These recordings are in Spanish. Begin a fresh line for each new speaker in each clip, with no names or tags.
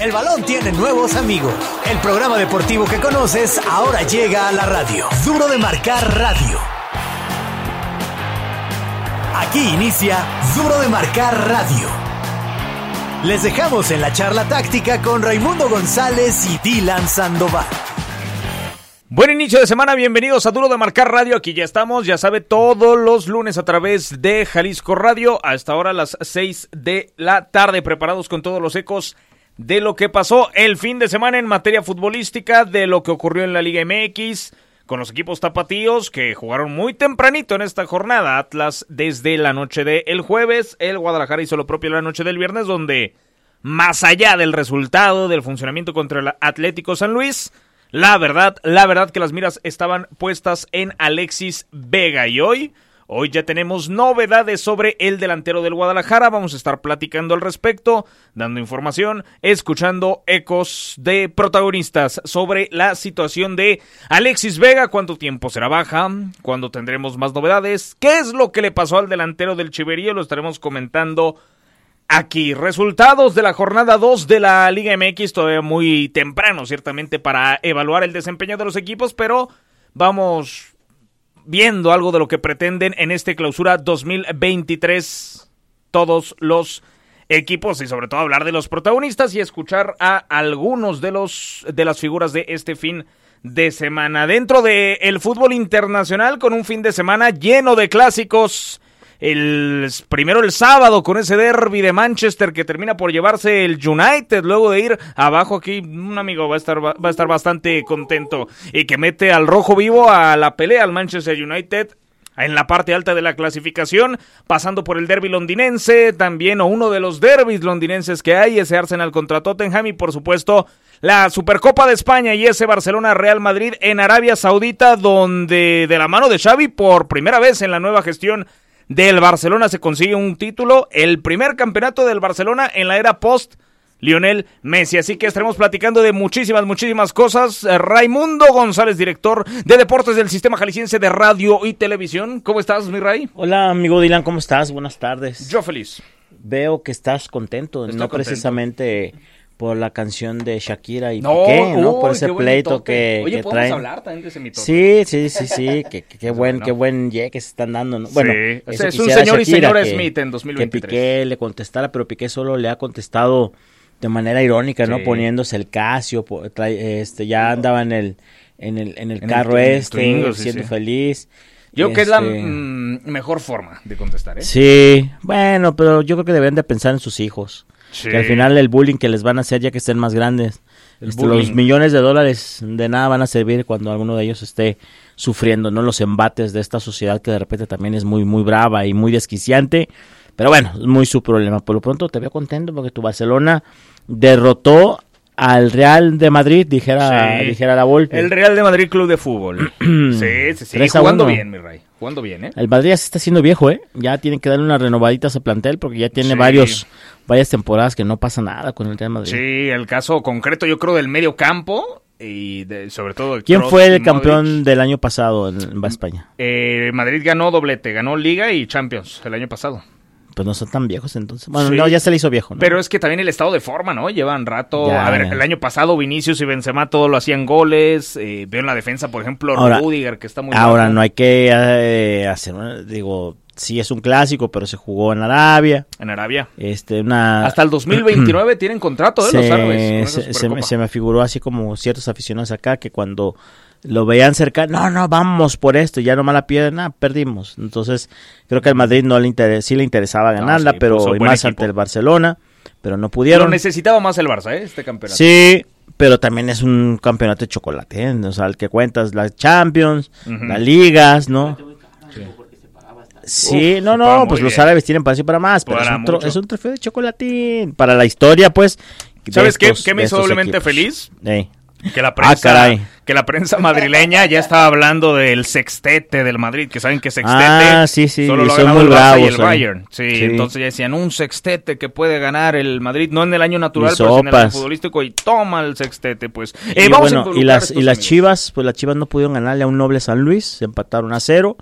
El balón tiene nuevos amigos. El programa deportivo que conoces ahora llega a la radio. Duro de marcar radio. Aquí inicia Duro de marcar radio. Les dejamos en la charla táctica con Raimundo González y Dylan Sandoval.
Buen inicio de semana, bienvenidos a Duro de Marcar Radio. Aquí ya estamos, ya sabe, todos los lunes a través de Jalisco Radio, hasta ahora las 6 de la tarde, preparados con todos los ecos de lo que pasó el fin de semana en materia futbolística, de lo que ocurrió en la Liga MX, con los equipos tapatíos que jugaron muy tempranito en esta jornada. Atlas desde la noche del el jueves, el Guadalajara hizo lo propio la noche del viernes, donde más allá del resultado del funcionamiento contra el Atlético San Luis, la verdad, la verdad que las miras estaban puestas en Alexis Vega y hoy, hoy ya tenemos novedades sobre el delantero del Guadalajara, vamos a estar platicando al respecto, dando información, escuchando ecos de protagonistas sobre la situación de Alexis Vega, cuánto tiempo será baja, cuándo tendremos más novedades, qué es lo que le pasó al delantero del Chiverío, lo estaremos comentando aquí. Resultados de la jornada 2 de la Liga MX, todavía muy temprano, ciertamente, para evaluar el desempeño de los equipos, pero vamos viendo algo de lo que pretenden en este clausura 2023 todos los equipos y sobre todo hablar de los protagonistas y escuchar a algunos de los de las figuras de este fin de semana dentro del el fútbol internacional con un fin de semana lleno de clásicos el primero el sábado con ese derby de Manchester que termina por llevarse el United luego de ir abajo aquí un amigo va a estar va a estar bastante contento y que mete al rojo vivo a la pelea al Manchester United en la parte alta de la clasificación, pasando por el derby londinense, también o uno de los derbis londinenses que hay, ese Arsenal contra Tottenham y por supuesto la Supercopa de España y ese Barcelona Real Madrid en Arabia Saudita, donde de la mano de Xavi por primera vez en la nueva gestión del Barcelona se consigue un título, el primer campeonato del Barcelona en la era post Lionel Messi. Así que estaremos platicando de muchísimas, muchísimas cosas. Eh, Raimundo González, director de deportes del Sistema Jalisciense de Radio y Televisión. ¿Cómo estás, mi Ray?
Hola, amigo Dylan, ¿cómo estás? Buenas tardes.
Yo feliz.
Veo que estás contento,
Estoy
no
contento.
precisamente por la canción de Shakira y
No,
Piqué, ¿no?
uy,
por ese
qué buen
pleito
mitote.
que,
Oye,
que
¿podemos
traen.
hablar también de ese mitote?
Sí, sí, sí, sí, que, que- qué buen,
bueno.
qué buen ye que se están dando, ¿no? Bueno,
Sí. O
eso
sea, es un
quisiera
señor y
Shakira,
señora Smith en 2023.
Que Piqué le contestara, pero Piqué solo le ha contestado de manera irónica, ¿no?
Sí.
Poniéndose el casio, po- trae- este, ya andaba en el, en el, en el
En el
carro
twi-
este,
Twingo, sí,
siendo
sí.
feliz.
Yo creo que es la
Este,
mm, mejor forma de contestar, ¿eh?
Sí, bueno, pero yo creo que deberían de pensar en sus hijos.
Sí.
Que al final el bullying que les van a hacer ya que estén más grandes,
El
este, los
bullying.
millones de dólares de nada van a servir cuando alguno de ellos esté sufriendo, ¿no? Los embates de esta sociedad que de repente también es muy, muy brava y muy desquiciante. Pero bueno, es muy su problema. Por lo pronto te veo contento porque tu Barcelona derrotó al Real de Madrid, dijera,
Sí.
dijera la Volpe.
El Real de Madrid Club de Fútbol. sí, sí, sí.
Tres a
Jugando
uno.
bien, mi Ray. Jugando bien, ¿eh?
El Madrid ya se está haciendo viejo, ¿eh? Ya tienen que darle una renovadita a ese plantel porque ya tiene
Sí.
varios, varias temporadas que no pasa nada con el Real Madrid.
Sí, el caso concreto, yo creo, del medio campo y de- sobre todo. de
¿Quién
Kroos
fue
y
el
Modric.
campeón del año pasado en, en España?
Eh, Madrid ganó doblete, ganó Liga y Champions el año pasado.
Pues no son tan viejos entonces. Bueno,
Sí.
no, ya se le hizo viejo, ¿no?
Pero es que también el estado de forma, ¿no? Llevan rato.
Ya,
a ver,
ya.
el año pasado Vinicius y Benzema todo lo hacían goles. Eh, veo en la defensa, por ejemplo,
Ahora-
Rudiger, que está muy
Ahora
bajo.
no hay que eh, hacer una- digo, sí es un clásico, pero se jugó en Arabia,
En Arabia.
este una
Hasta el 2029 tienen contrato, ¿eh? los
se,
árabes. con
se,
esa
se me-
Supercopa.
se me figuró así como ciertos aficionados acá que cuando lo veían cerca, no, no, vamos por esto, ya nomás la pierden, ah, perdimos. Entonces, creo que al Madrid no le interes- sí le interesaba ganarla,
sí, puso
pero y
buen
más
equipo.
ante el Barcelona, pero no
Lo
pudieron.
necesitaba más el Barça, ¿eh? Este campeonato.
Sí, pero también es un campeonato de chocolate, ¿eh? o sea, el que cuentas las Champions,
Ujú.
las ligas, ¿no? Sí,
Uf,
no,
se paga
no,
muy
pues los
bien.
árabes tienen para sí y para más, pero es
Para
un, tro-
mucho.
es un trofeo de chocolatín para la historia, pues. de
¿Sabes qué-
estos-
qué me
de
hizo
estos
doblemente feliz?
Ey. Ah,
Que la prensa,
caray.
que la prensa madrileña ya estaba hablando del sextete del Madrid, que saben que sextete
Ah, sí, sí,
solo lo ha
son
ganado
muy
el Barça y
bravos,
el
¿eh?
Bayern. Sí,
Sí.
entonces ya decían un sextete que puede ganar el Madrid, no en el año natural,
Ni
pero sí en el año
sopas.
futbolístico y toma el sextete, pues. Eh,
Y,
vamos a
bueno, y
involucrar
las,
estos
y las
amigos.
Chivas, pues las Chivas no pudieron ganarle a un noble San Luis, se empataron a cero.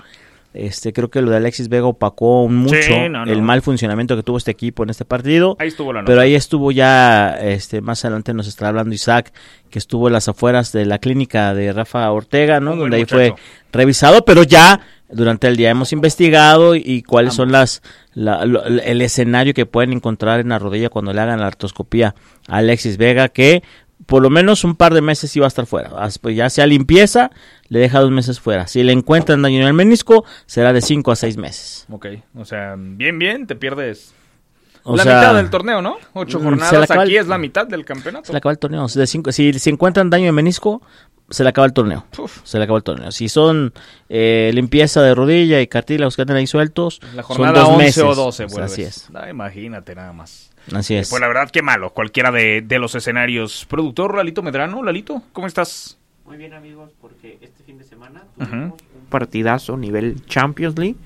Este, creo que lo de Alexis Vega opacó mucho
Sí, no, no.
el mal funcionamiento que tuvo este equipo en este partido.
Ahí estuvo la nota.
Pero ahí estuvo ya, este, más adelante nos estará hablando Isaac, que estuvo en las afueras de la clínica de Rafa Ortega, ¿no?
Un buen
Donde ahí
muchacho.
fue revisado, pero ya durante el día hemos investigado y, y cuáles son las, la- lo- el escenario que pueden encontrar en la rodilla cuando le hagan la artroscopía a Alexis Vega, que por lo menos un par de meses iba a estar fuera. As- pues Ya sea limpieza, le deja dos meses fuera. Si le encuentran daño en el menisco, será de cinco a seis meses.
Ok, o sea, bien, bien, te pierdes
O
la
sea,
mitad del torneo, ¿no?
mm, se
Ocho
le
jornadas,
acaba
aquí
el-
es la mitad del campeonato.
Se le acaba el torneo. De cinco- si se encuentran daño en menisco, se le acaba el torneo.
Puf,
Se le acaba el torneo. Si son eh, limpieza de rodilla y cartílagos que andan ahí sueltos,
la
son
jornada
dos
11
meses.
o 12,
O sea,
vuelves.
así es.
Ah, imagínate nada más.
Así es.
Pues la verdad, qué malo, cualquiera de, de los escenarios. Productor Lalito Medrano, Lalito, ¿cómo estás?
Muy bien amigos, porque este fin de semana
Ujú.
tuvimos un partidazo nivel Champions League.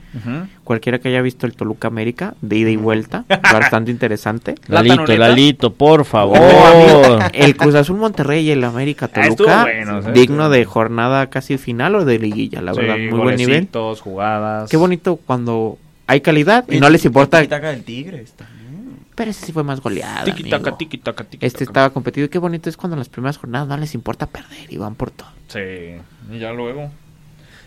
Cualquiera que haya visto el Toluca América, de ida y vuelta, bastante interesante.
Lalito,
Plátano, neta.
Lalito, por favor.
Oh, amigo, el Cruz Azul Monterrey y el América
Ah, estuvo
Toluca,
bueno, sí,
digno
estuvo
de jornada casi final o de liguilla, la verdad,
Sí,
muy buen nivel.
golecitos, jugadas.
Qué bonito cuando hay calidad y no les importa,
Tiki-taka del Tigres también.
pero ese sí fue más goleada.
Tiki taca,
amigo.
tiki taca, tiki
Este
taca.
estaba competido y qué bonito es cuando en las primeras jornadas no les importa perder y van por todo.
Sí, y ya luego.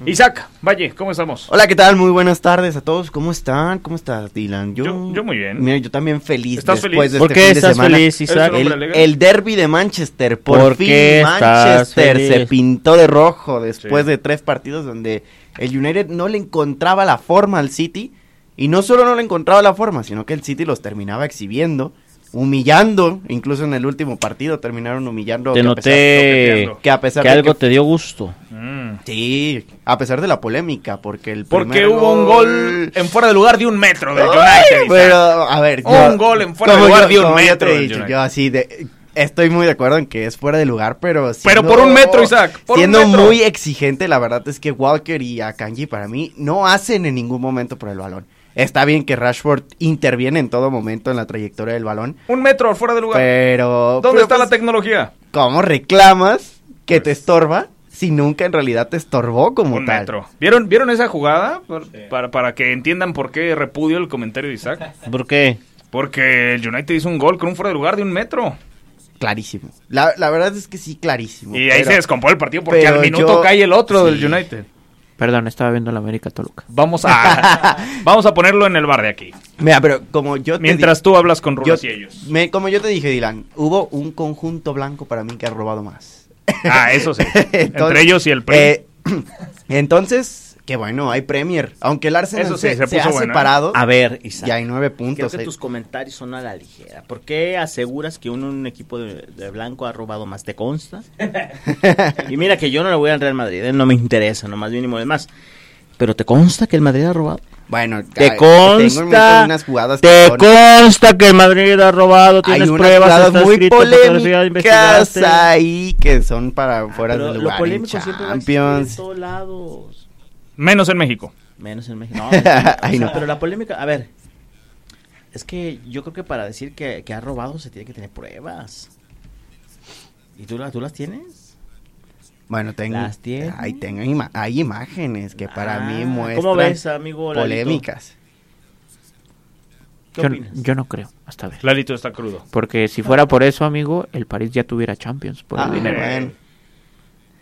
Isaac, Valle, ¿cómo estamos?
Hola, ¿qué tal? Muy buenas tardes a todos. ¿Cómo están? ¿Cómo estás, Dylan?
Yo- yo muy bien.
Mira, yo también feliz
¿Estás feliz?
después de
¿Por
este
qué
fin de
estás
semana.
feliz, Isaac?
Eres un
El,
hombre alegre.
el derby de Manchester, por,
¿Por
fin
qué estás
Manchester se
feliz?
pintó de rojo después
Sí.
de tres partidos donde el United no le encontraba la forma al City y no solo no le encontraba la forma, sino que el City los terminaba exhibiendo, humillando, incluso en el último partido terminaron humillando.
Te
que a pesar-
noté
coqueteando.
que a pesar
que
de que
algo te dio gusto.
Mm.
Sí, a pesar de la polémica, porque el
Porque
primer
hubo un gol en fuera de lugar de un metro del United.
Ay,
Isaac.
Pero, a ver,
Un gol en fuera de
como
lugar de un
como ya
metro
te he
del
dicho,
United.
yo así de... Estoy muy de acuerdo en que es fuera de lugar, pero...
por un metro, Isaac, por un
siendo
metro.
muy exigente, la verdad es que Walker y Akanji para mí no hacen en ningún momento por el balón. Está bien que Rashford interviene en todo momento en la trayectoria del balón,
Un metro fuera de lugar.
pero...
¿Dónde
pero,
está la
pues,
tecnología?
¿Cómo reclamas que te
Pues.
estorba si nunca en realidad te estorbó como
Un
tal?
metro. ¿Vieron, ¿Vieron esa jugada? Por- Para, para que entiendan por qué repudio el comentario de Isaac.
¿Por qué?
Porque el United hizo un gol con un fuera de lugar de un metro.
Clarísimo. La, la verdad es que sí, clarísimo.
Y ahí
pero-
se descompone el partido porque
pero
al minuto
yo-
cae el otro
sí.
del United.
Perdón, estaba viendo el América Toluca.
Vamos a, vamos a ponerlo en el bar de aquí.
Mira, pero como yo te
Mientras tú hablas con
di-
Rubens
yo-
y ellos.
me- como yo te dije, Dylan, hubo un conjunto blanco para mí que ha robado más.
Ah, eso sí. Entre
Entonces,
ellos y el PRI.
eh, entonces, que bueno, hay Premier. Aunque el Arsenal
Eso sí,
se,
se
se
puso
ha
bueno, ¿eh?
separado,
A ver, Isaac.
ya hay nueve
Creo
puntos.
que
eh.
tus comentarios son a la ligera. ¿Por qué aseguras que un, un equipo de, de blanco ha robado más? ¿Te consta? y mira que yo no le voy al Real Madrid, eh, no me interesa, no más bien ni más. más. Pero ¿te consta que el Madrid ha robado?
Bueno,
¿Te
ay, tengo en mente
consta?
unas jugadas que
¿Te
son-
consta que el Madrid ha robado?
hay
¿Tienes
unas
pruebas?
jugadas
¿Está
muy
escrito? ¿Fotografía?
polémicas
¿Investigaste? Ah,
ahí que son para fuera
Pero
de
lo
lugar. en
polémico siempre va a existir en
Champions.
todos lados.
Menos en México.
Menos en México. No, en México, o
Ay,
sea,
no.
Pero la polémica, a ver. Es que yo creo que para decir que, que ha robado se tiene que tener pruebas. ¿Y tú, la- tú las tienes?
Bueno, tengo,
Las tiene.
ahí tengo ima- hay imágenes que para mí
Ah,
muestran
¿Cómo ves, amigo? Lalito?
polémicas.
¿Qué
Yo,
opinas?
yo no creo, hasta ver.
Lalito está crudo.
Porque si fuera por eso, amigo, el París ya tuviera Champions por el
Ah,
dinero.
bueno.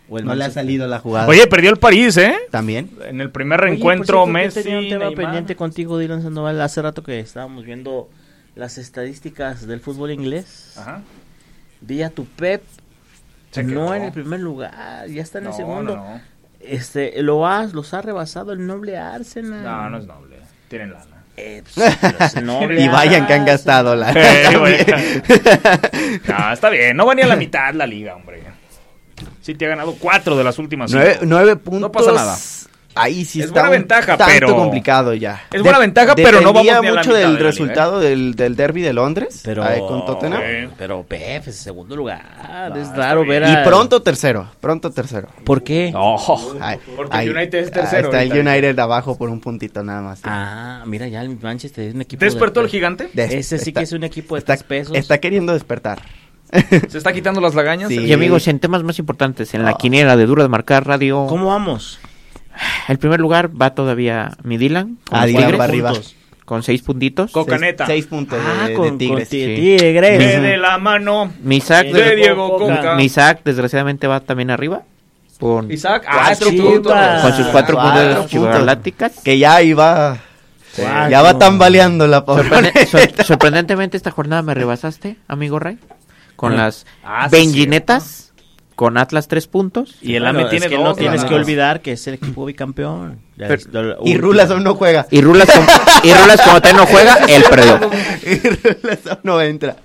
O el
No le ha
Manchester.
salido la jugada.
Oye, perdió el París, ¿eh?
también.
En el primer
Oye, por
reencuentro,
cierto, yo
Messi.
tenía un tema
Neymar.
pendiente contigo, Dylan Sandoval. Hace rato que estábamos viendo las estadísticas del fútbol inglés.
Ajá.
Vi a tu Pep.
Se
no
quedó.
en el primer lugar, ya está en el
No,
segundo.
no,
Este, lo has, los ha rebasado el noble Arsenal.
no. No, no es noble. Tienen lana.
Eh, pues, los noble
Y vayan que han
Arsenal.
gastado la.
Eh, güey. No, Ah, está bien. No va ni a la mitad la liga, hombre. Sí te ha ganado cuatro de las últimas cinco.
nueve, nueve puntos.
No pasa nada.
Ahí sí
Es
está
buena
un
ventaja,
tanto
pero-
complicado ya.
Es buena ventaja, pero no
dependía
vamos ni a la
mucho
mitad de
del
la liga,
resultado del, del derby de Londres
Pero,
eh, con Tottenham.
eh.
pero Pep es segundo lugar.
No,
es
está
raro ver a.
Y pronto tercero, pronto tercero.
¿Por qué?
No.
Ay,
Porque
ay,
el United es
ah,
tercero.
Está el
ahorita.
United abajo por un puntito nada más.
Ah, mira, ya el Manchester es un equipo.
¿Te despertó
de-
el gigante?
De-
Ese sí
está-
que es un equipo de
Está,
tres pesos.
está queriendo despertar.
¿Se está quitando las lagañas?
Sí.
Y amigos, en temas más importantes, en la
Ah.
quiniela de Duro de Marcar Radio,
¿Cómo vamos?
El primer lugar va todavía mi Dylan. Con,
Ah,
los
Dylan
Tigres,
va arriba.
con seis puntitos.
Cocaneta.
Seis, seis puntos
Ah,
de, de
con, con
Tigres.
Ti-
sí.
Tigres.
Ve de la mano
Mi Isaac,
de
Tigres.
Diego Coca.
mi Isaac, desgraciadamente, va también arriba. Con,
Isaac, cuatro
Chivas.
puntos.
con sus
Ah,
cuatro
cuatro
puntos
puntos.
chivaláticas.
Que ya iba.
Cuatro.
Ya va tambaleando la pobre.
Sorprende- sor- sorprendentemente esta jornada me rebasaste, amigo Ray, con
Ah.
las
Ah, sí,
Benjinetas, con Atlas tres puntos.
Y el
Bueno,
AME
es
tiene
que
dos.
no tienes
nada
que
más.
olvidar que es el equipo bicampeón. Ya
Pero-
es la
Y
última.
Rulas aún no juega.
Y Rulas, como- y Rulas como tal no juega, él perdió.
Y Rulas aún no entra.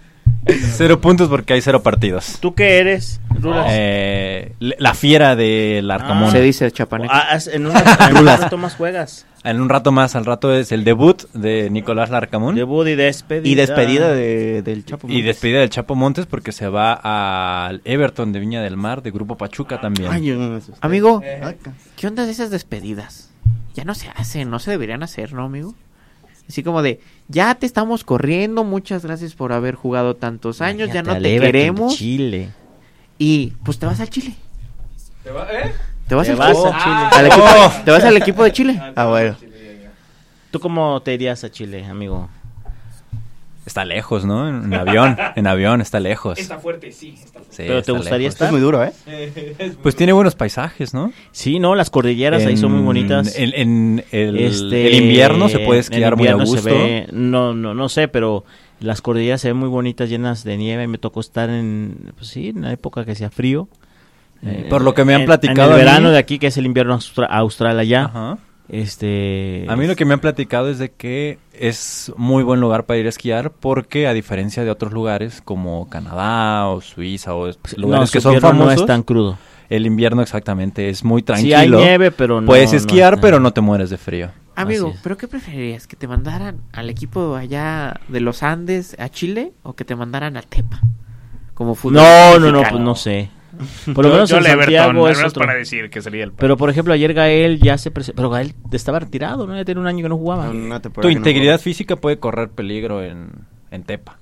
Cero puntos porque hay cero partidos.
¿Tú qué eres, Rulas?
Eh, le- la fiera del Arcamón.
Se dice Chapaneco.
Ah, haz- en un rato, en un rato más juegas.
En un rato más, al rato es el debut de Nicolás Larcamón.
Debut y despedida.
Y despedida de- del Chapo.
Y
Montes.
despedida del Chapo Montes porque se va al Everton de Viña del Mar, de Grupo Pachuca también.
Ay, yo no me asusté.
Amigo,
Ay, ca-
¿qué onda de esas despedidas? Ya no se hacen, no se deberían hacer, ¿no, amigo? Así como de, ya te estamos corriendo, muchas gracias por haber jugado tantos años, ya no
Imagínate,
te
Everton de
queremos.
Chile.
Y pues te vas al Chile. ¿Te vas,
Te
al
vas
Chile?
a Chile.
Al equipo de- ¿Te vas al equipo de Chile?
Oh. Ah, bueno.
¿Tú cómo te irías a Chile, amigo?
Está lejos, ¿no? En, en avión, en avión, está lejos.
Está fuerte, sí. Está fuerte.
Sí,
¿Pero te
está
gustaría
lejos.
Esto es
estar?
muy duro, ¿eh?
Pues tiene buenos paisajes, ¿no?
Sí, no, las cordilleras ahí son muy
En-
bonitas.
En, en el,
Este,
el invierno se puede
en
esquiar muy a
invierno se
gusto.
ve- no, no, no sé, pero las cordilleras se ven muy bonitas, llenas de nieve. Me tocó estar en, pues sí, en la época que hacía frío.
Eh, por lo que me han
en-
platicado
En
a
el
mí-
verano de aquí, que es el invierno austra- austral allá.
Ajá.
Este.
A mí lo que me han platicado es de que es muy buen lugar para ir a esquiar porque a diferencia de otros lugares como Canadá o Suiza o es-
no,
lugares que
su
son
invierno
famosos,
no es tan crudo.
el invierno exactamente es muy
Sí
tranquilo.
hay nieve, pero no.
Puedes
no
esquiar,
está-
pero no te mueres de frío.
Amigo,
Así es.
¿pero qué preferirías? ¿Que te mandaran al equipo allá de los Andes a Chile o que te mandaran a Tepa? Como fútbol.
No, no, no,
mexicano.
pues no sé. Por lo
Yo-
menos
yo
en
al Everton,
Santiago
al
es
menos
otro.
para decir que sería el
Pero por ejemplo, ayer Gael ya se presentó. Pero Gael estaba retirado, ¿no? Ah, Ya tenía un año que no jugaba.
Una temporada
Tu
que no
integridad física puede correr peligro en, en Tepa.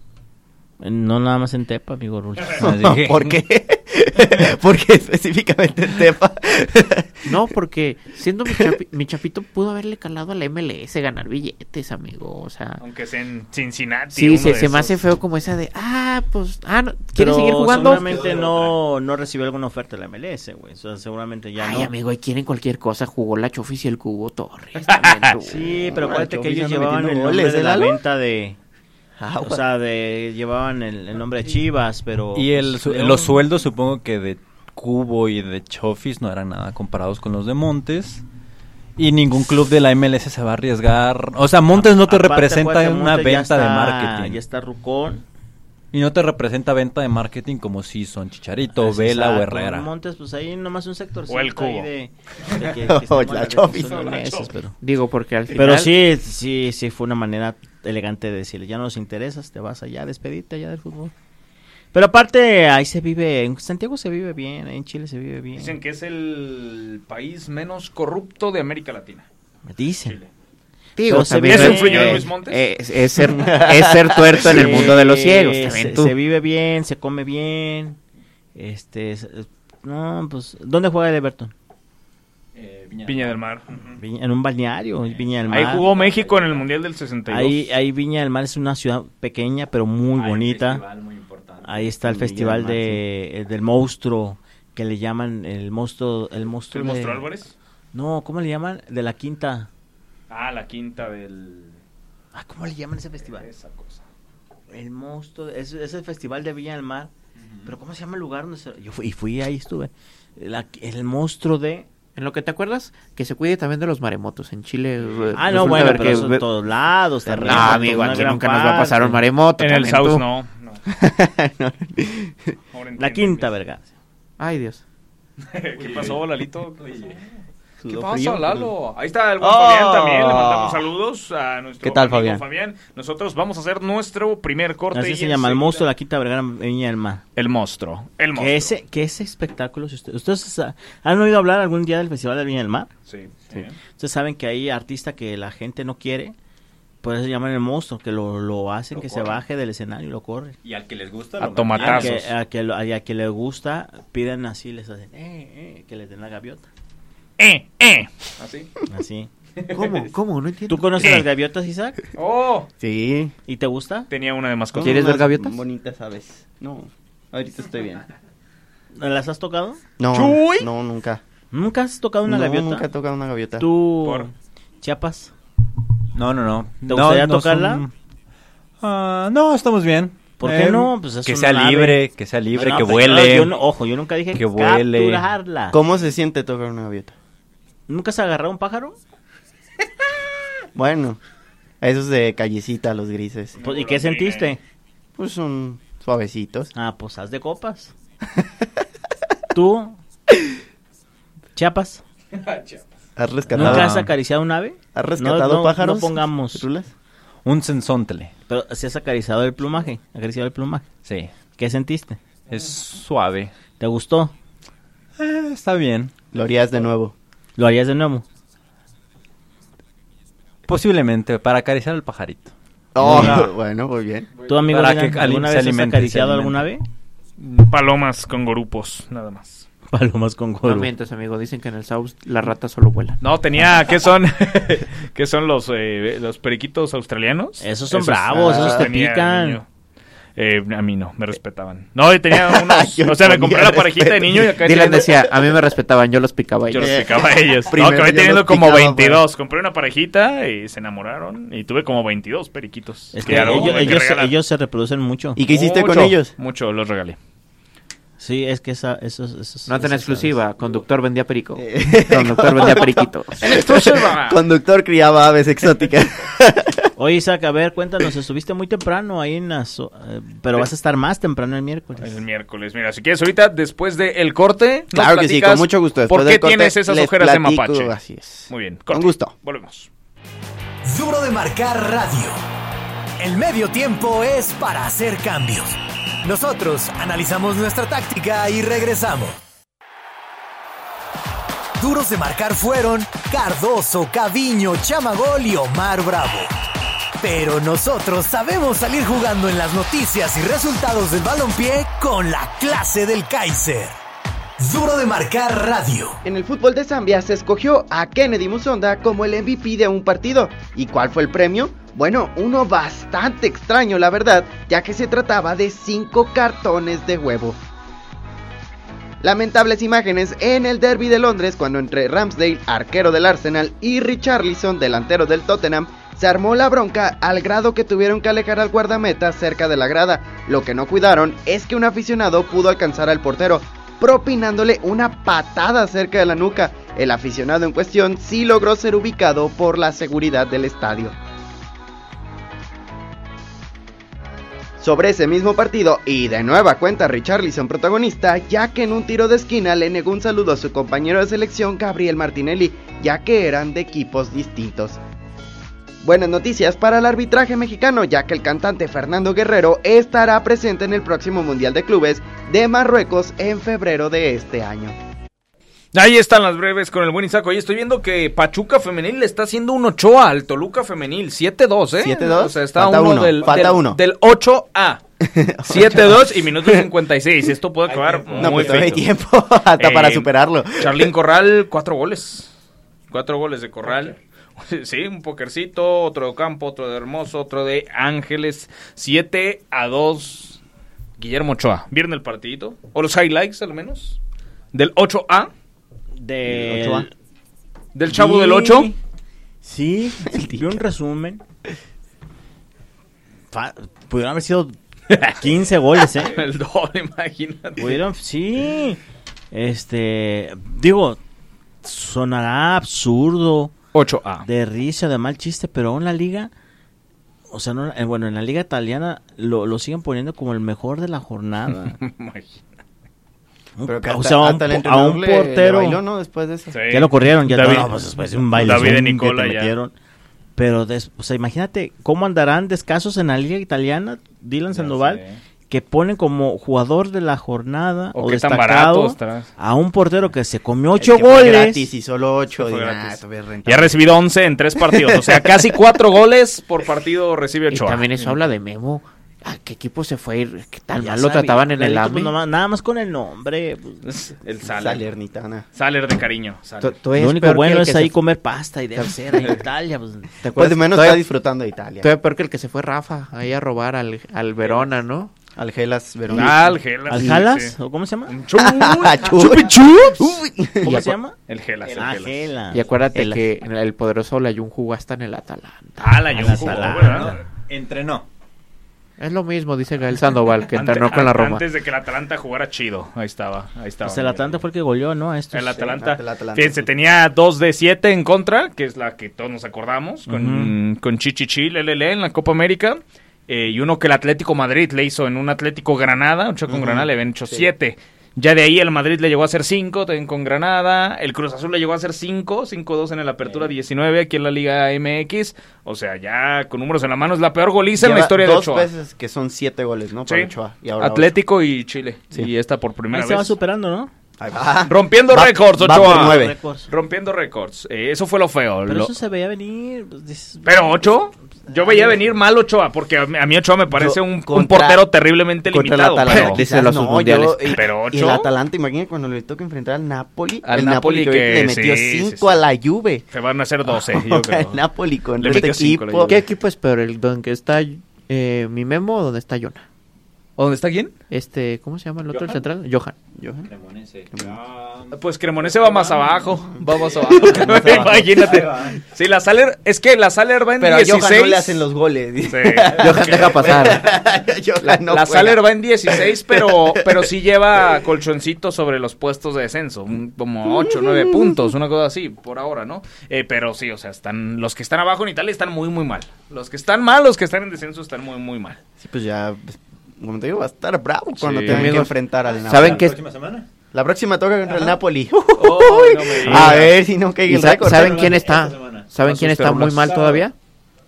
No nada más en Tepa, amigo Rulas.
juego. ¿Por qué? ¿Por qué específicamente el Tepa?
No, porque siendo mi, chapi- mi chapito pudo haberle calado a la MLS, ganar billetes, amigo. O sea,
Aunque sea en Cincinnati.
sí,
uno
se,
de
se me
esos.
hace feo como esa de, ah, pues, ah, no, ¿quieres
Pero
seguir jugando?
Seguramente no, no recibió alguna oferta de la MLS, güey. O sea, seguramente ya
Ay,
no.
amigo, ahí quieren cualquier cosa. Jugó la Chofis y el Cubo Torres. también tú.
Sí, pero
No,
acuérdate
el
que
Chofis
ellos llevaban
anda
el
metiendo
nombre
goles,
de
¿eh,
la
Lalo?
venta de.
Ah,
O sea, de, llevaban el, el nombre de Chivas, pero.
Y el,
pues,
su-
fue
los
un-
sueldos supongo que de Cubo y de Chofis no eran nada comparados con los de Montes. Y ningún club de la MLS se va a arriesgar. O sea, Montes no te
Aparte,
representa
acuérdate,
una
Montes ya
venta de
está-
marketing.
Ya está Rucón.
Y no te representa venta de marketing como si son Chicharito,
Así
Vela o
está,
Herrera.
con Montes, pues ahí nomás un sector.
O el cubo.
De,
O la Chofis.
pero.
Digo, porque al final.
Pero sí, sí, sí fue una manera elegante de decirle, ya no nos interesas, te vas allá, despedirte allá del fútbol. Pero aparte, ahí se vive, en Santiago se vive bien, ahí en Chile se vive bien.
Dicen que es el país menos corrupto de América Latina.
Dicen.
Digo,
Pero se
también
ve-
es-
¿Eso influyó en
eh,
Luis Montes?
Es, es ser, es ser tuerto en el
Sí,
mundo de los ciegos.
Se,
también tú.
se vive bien, se come bien. Este, es- es- no, pues, ¿dónde juega el Everton?
Eh, Viña del Mar.
Viña- en un balneario, es Viña del Mar.
Ahí jugó México en el Mundial del 62.
Ahí, ahí Viña del Mar es una ciudad pequeña, pero muy bonita. Ahí está el
Viña del
festival
Mar,
de, eh, del monstruo, que le llaman el monstruo. El monstruo,
¿El
de-
monstruo Álvarez?
No, ¿cómo le llaman? De la quinta.
Ah, la quinta del...
Ah, ¿cómo le llaman ese festival?
Esa cosa.
El monstruo, es, es el festival de Viña del Mar. Pero ¿cómo se llama el lugar donde se- Yo fui, y fui ahí estuve. La- el monstruo de...
En lo que te acuerdas, que se cuide también de los maremotos en Chile. eh,
Ah, no,
resulta
bueno,
ver
pero
que
eso en
ve-
todos lados.
No,
terremotos,
amigo,
una
aquí
gran
nunca nos va a pasar un
parte.
maremoto.
En el
también tú.
South no. no. Ahora
La
entiendo.
quinta, verga.
Ay, Dios.
¿Qué pasó, Lalito? ¿Qué
Sudó
pasa,
frío.
Lalo? Ahí está el buen
Oh.
Ah.
Fabián también. Le mandamos saludos a nuestro
¿Qué tal,
amigo
Fabián?
Nosotros vamos a hacer nuestro primer corte.
Así
y
se llama, el
enseguida-
monstruo de la quinta vergara en Viña del Mar.
El monstruo. El monstruo.
Que ese, que ese espectáculo, si usted- ustedes ah, han oído hablar algún día del Festival de Viña del Mar,
Sí. ¿eh?
ustedes saben que hay artistas que la gente no quiere, por eso llaman el monstruo, que lo, lo hacen
Lo
que se
corren.
baje del escenario y lo corren.
Y al que les gusta...
A
lo
A
tomatazos.
que,
Tazos.
a, que, lo- a que le gusta, piden así, les hacen, eh, eh, que les den la gaviota.
eh, eh.
¿Ah,
Así.
Así.
¿Cómo? ¿Cómo? No entiendo.
¿Tú conoces las gaviotas, Isaac?
¡Eh! Oh,
Sí.
¿Y te gusta?
tenía una de mascota.
¿Quieres ver gaviotas?
Bonitas aves. No, ahorita estoy bien.
¿Las has tocado?
No,
Chuy.
no, nunca.
¿Nunca has tocado una
no,
gaviota?
nunca he tocado una gaviota.
¿Tú,
Por-
Chiapas?
No, no, no.
¿Te
No,
gustaría
no
tocarla?
son- Ah, no, estamos bien.
¿Por
Eh,
qué no? Pues es
que
una
sea
ave.
libre, que sea libre,
No,
que
pero
vuele.
yo no- ojo, yo nunca dije
Que vuele.
capturarla.
¿Cómo se siente tocar una gaviota?
¿Nunca has agarrado un pájaro?
Bueno, esos de callecita, los grises.
Pues, ¿Y qué sentiste?
Pues son suavecitos.
Ah, pues haz de copas. ¿Tú, Chiapas?
Ah,
¿Has rescatado,
¿Nunca has acariciado un ave?
¿Has rescatado
no, no,
pájaros?
No pongamos.
¿Rulas?
Un sensóntele.
Pero si has acariciado el plumaje. Acariciado el plumaje.
Sí.
¿Qué sentiste?
Es suave.
¿Te gustó?
Eh, está bien.
Lo harías de nuevo.
¿Lo harías de nuevo?
Posiblemente, para acariciar al pajarito.
Oh,
No.
bueno, muy bien.
¿Tú, amigo,
Para
Adrián,
que alguien
alguna
se
vez has
alimente, se
acariciado alguna ave?
Mm, Palomas con grupos, nada más.
Palomas con
No
coru.
mientas, amigo. Dicen que en el South las ratas solo vuelan.
No, tenía, ¿qué son? ¿Qué son los, eh, los periquitos australianos? ah,
Esos son bravos, esos te
tenía de
pican.
niño. Eh, a mí no, me respetaban. No, yo tenía unos,
Yo
o sea, me
ponía
compré la parejita de
respeto.
niño y acá
Dylan decía, a mí me respetaban, yo los picaba. a
yo
ellos".
los picaba a ellos. No,
Primero
acabé
yo
teniendo
los
como
picaba,
22. Compré una parejita y se enamoraron y tuve como 22 periquitos.
Es
Que
que
ya luego
ellos,
tuve que
ellos se-
regalar.
ellos se reproducen mucho.
¿Y qué hiciste con
Mucho,
ellos?
Mucho, los regalé.
Sí, es que esa, esos, esos-
No tan
esas
exclusiva. Conductor vendía perico.
Eh.
Conductor vendía periquito.
Conductor criaba aves exóticas.
aves. Oye, Isaac, a ver, cuéntanos, estuviste muy temprano ahí en la... so- eh, pero vas a estar más temprano el miércoles.
El miércoles. Mira, si quieres ahorita, después del corte. nos
claro que sí,
platicas
con mucho gusto. Después
¿Por
del
qué
corte
tienes esas
les
ojeras de
platico,
mapache?
Así es.
Muy bien,
Con
corte.
gusto.
Volvemos.
Duro de marcar radio. El medio tiempo es para hacer cambios. Nosotros analizamos nuestra táctica y regresamos. Duros de marcar fueron Cardoso, Caviño, Chamagol y Omar Bravo. Pero nosotros sabemos salir jugando en las noticias y resultados del balompié con la clase del Kaiser. Duro de marcar radio.
En el fútbol de Zambia se escogió a Kennedy Musonda como el MVP de un partido. ¿Y cuál fue el premio? Bueno, uno bastante extraño la verdad, ya que se trataba de 5 cartones de huevo. Lamentables imágenes en el Derby de Londres cuando entre Ramsdale, arquero del Arsenal, y Richarlison, delantero del Tottenham, se armó la bronca al grado que tuvieron que alejar al guardameta cerca de la grada. Lo que no cuidaron es que un aficionado pudo alcanzar al portero, propinándole una patada cerca de la nuca. El aficionado en cuestión sí logró ser ubicado por la seguridad del estadio. Sobre ese mismo partido, y de nueva cuenta Richarlison protagonista, ya que en un tiro de esquina le negó un saludo a su compañero de selección Gabriel Martinelli, ya que eran de equipos distintos. Buenas noticias para el arbitraje mexicano, ya que el cantante Fernando Guerrero estará presente en el próximo Mundial de Clubes de Marruecos en febrero de este año.
Ahí están las breves con el buen Isaac. Oye, estoy viendo que Pachuca Femenil le está haciendo un Ochoa al Toluca Femenil. 7-2, ¿eh?
7-2.
O sea, está
Falta
uno,
uno,
del,
falta
del-
uno.
del 8A. 7-2 y minuto 56. Esto puede acabar
No,
muy
pues todavía hay
feito.
tiempo hasta
Eh,
para superarlo.
Charlín Corral, cuatro goles. Cuatro goles de Corral. Sí, un pokercito, otro de Campo, otro de Hermoso, otro de Ángeles. 7 a 2. Guillermo Ochoa. ¿Vieron el partidito? O los highlights, al menos. Del 8A.
De...
Ochoa.
Del Chavo del 8.
Sí, vi un resumen. Fa- Pudieron haber sido 15 goles, ¿eh?
El doble, imagínate.
Pudieron, sí. Este, digo, sonará absurdo,
8A.
de risa, de mal chiste, pero aún la liga, o sea, no- eh, bueno, en la liga italiana lo, lo siguen poniendo como el mejor de la jornada.
Imagínate.
Un-
Pero que
o
hasta-
sea, a un,
hasta el
po- a
entrenador
un
le- le
portero.
bailó, ¿no? Después de eso.
Ya lo corrieron, ya
David-
no, pues después de un baile
David de
que
Nicola
te
ya.
metieron. Pero, des- o sea, imagínate cómo andarán descasos en la liga italiana, Dylan Sandoval, que ponen como jugador de la jornada o,
O qué tan barato
destacado
estará.
a un portero que se comió
El
ocho
que fue
goles.
Gratis y solo ocho.
Que fue
digo,
gratis.
ah, todavía es
Y ha
rentable.
recibido 11 en tres partidos. O sea, casi cuatro goles por partido recibe
Y
Ochoa.
también eso habla de Memo. ¿a qué equipo se fue? ¿Qué tan
Ya
mal lo
sabía.
trataban en el
Lalito,
AME?
pues, nomás- nada más con el nombre. pues,
El Saler.
Salernitana.
Saler de cariño. Saler.
Tú- tú
lo
eres
único
peor que
bueno
el
es
que
ahí
se-
comer pasta y de hacer en Italia. pues.
¿Te acuerdas?
Pues de menos está
todavía,
disfrutando de Italia.
todavía peor que el que se fue Rafa, ahí a robar al, al Verona, ¿no?
Al Gelas Verona. Ah,
Ah, el Gelas.
¿Al
sí,
Jalas?
sí.
¿O cómo se llama?
Chuy.
Chupi
Y
¿Cómo
acu-
se llama?
El Gelas, el
Ah,
Gelas.
Gelas.
Y acuérdate que en el poderoso Layun jugó hasta en el Atalanta.
Ah, la Jun
la
jugó,
Salar.
¿verdad?
Entrenó.
Es lo mismo, dice Gael Sandoval, que
Ante-
entrenó con la Roma.
Antes de que el Atalanta jugara chido. Ahí estaba, ahí estaba.
Pues el Atlante fue el que goleó, ¿no? A estos.
El Atalanta.
el Atalanta.
Fíjense, tenía 2 de 7 en contra, que es la que todos nos acordamos, con, con Chichichi, Lelele en la Copa América. eh, y uno que el Atlético Madrid le hizo en un Atlético Granada, un choque con Granada, le habían hecho 7. Ya de ahí el Madrid le llegó a hacer 5 también con Granada. El Cruz Azul le llegó a hacer 5, 5-2 en el Apertura 19 aquí en la Liga MX. O sea, ya con números en la mano es la peor goliza en la
Lleva
historia de
dos
Ochoa.
veces que son siete goles, ¿no?
Sí.
Para Ochoa. Y ahora
Atlético y Chile. Y esta por primera
Ahí se va
vez.
superando, ¿no?
Ochoa. Ahí va.
Rompiendo
Ah. Va-
récords,
va
Ochoa.
por nueve.
Récords.
Rompiendo récords. Eh, eso fue lo feo.
Pero
Lo-
eso se veía venir. pues, dices,
Pero Ochoa, yo veía venir mal Ochoa, porque a mí, a mí Ochoa me parece
Yo,
un, un
contra-
portero terriblemente
Contra el
limitado.
Atalanta,
pero-
quizás
Dice los submundiales.
yo- y-
Pero ocho.
y el Atalanta, imagínate cuando le toca enfrentar al Napoli.
Al
el
Napoli
Napoli, que, ahorita
que
le metió
sí, sí,
5
sí.
a la Juve.
se van a hacer 12, yo creo.
el Napoli con
Le
este
metió cinco a la
equipo.
Juve.
¿Qué equipo es peor, el donde está eh, mi memo o donde está Jonah?
¿O ¿Dónde está quién?
Este, ¿cómo se llama el otro el central? Johan.
Pues Cremonese va más abajo. Va más abajo. Imagínate. Sí, la Saler, es que la Saler va en
Pero a
16.
Johan no le hacen los goles.
Sí.
dice.
Johan deja pasar.
Johan
La,
no
la
juega.
Saler va en 16, pero, pero sí lleva colchoncito sobre los puestos de descenso. un- como 8, 9 puntos, una cosa así, por ahora, ¿no? Eh, pero sí, o sea, están los que están abajo en Italia están muy, muy mal. Los que están mal, los que están en descenso están muy, muy mal.
Sí, pues ya, pues, como te digo, va a estar bravo cuando
Sí.
tengan que
Amigos,
enfrentar al Napoli.
¿Saben qué?
semana?
La próxima toca contra el Napoli.
Oh, no me digas.
a ver si no cae
¿Y
el
sa-
récord.
¿Saben
¿no?
quién
esta
está?
semana.
¿Saben
Sus
quién está muy
terulas.
mal todavía?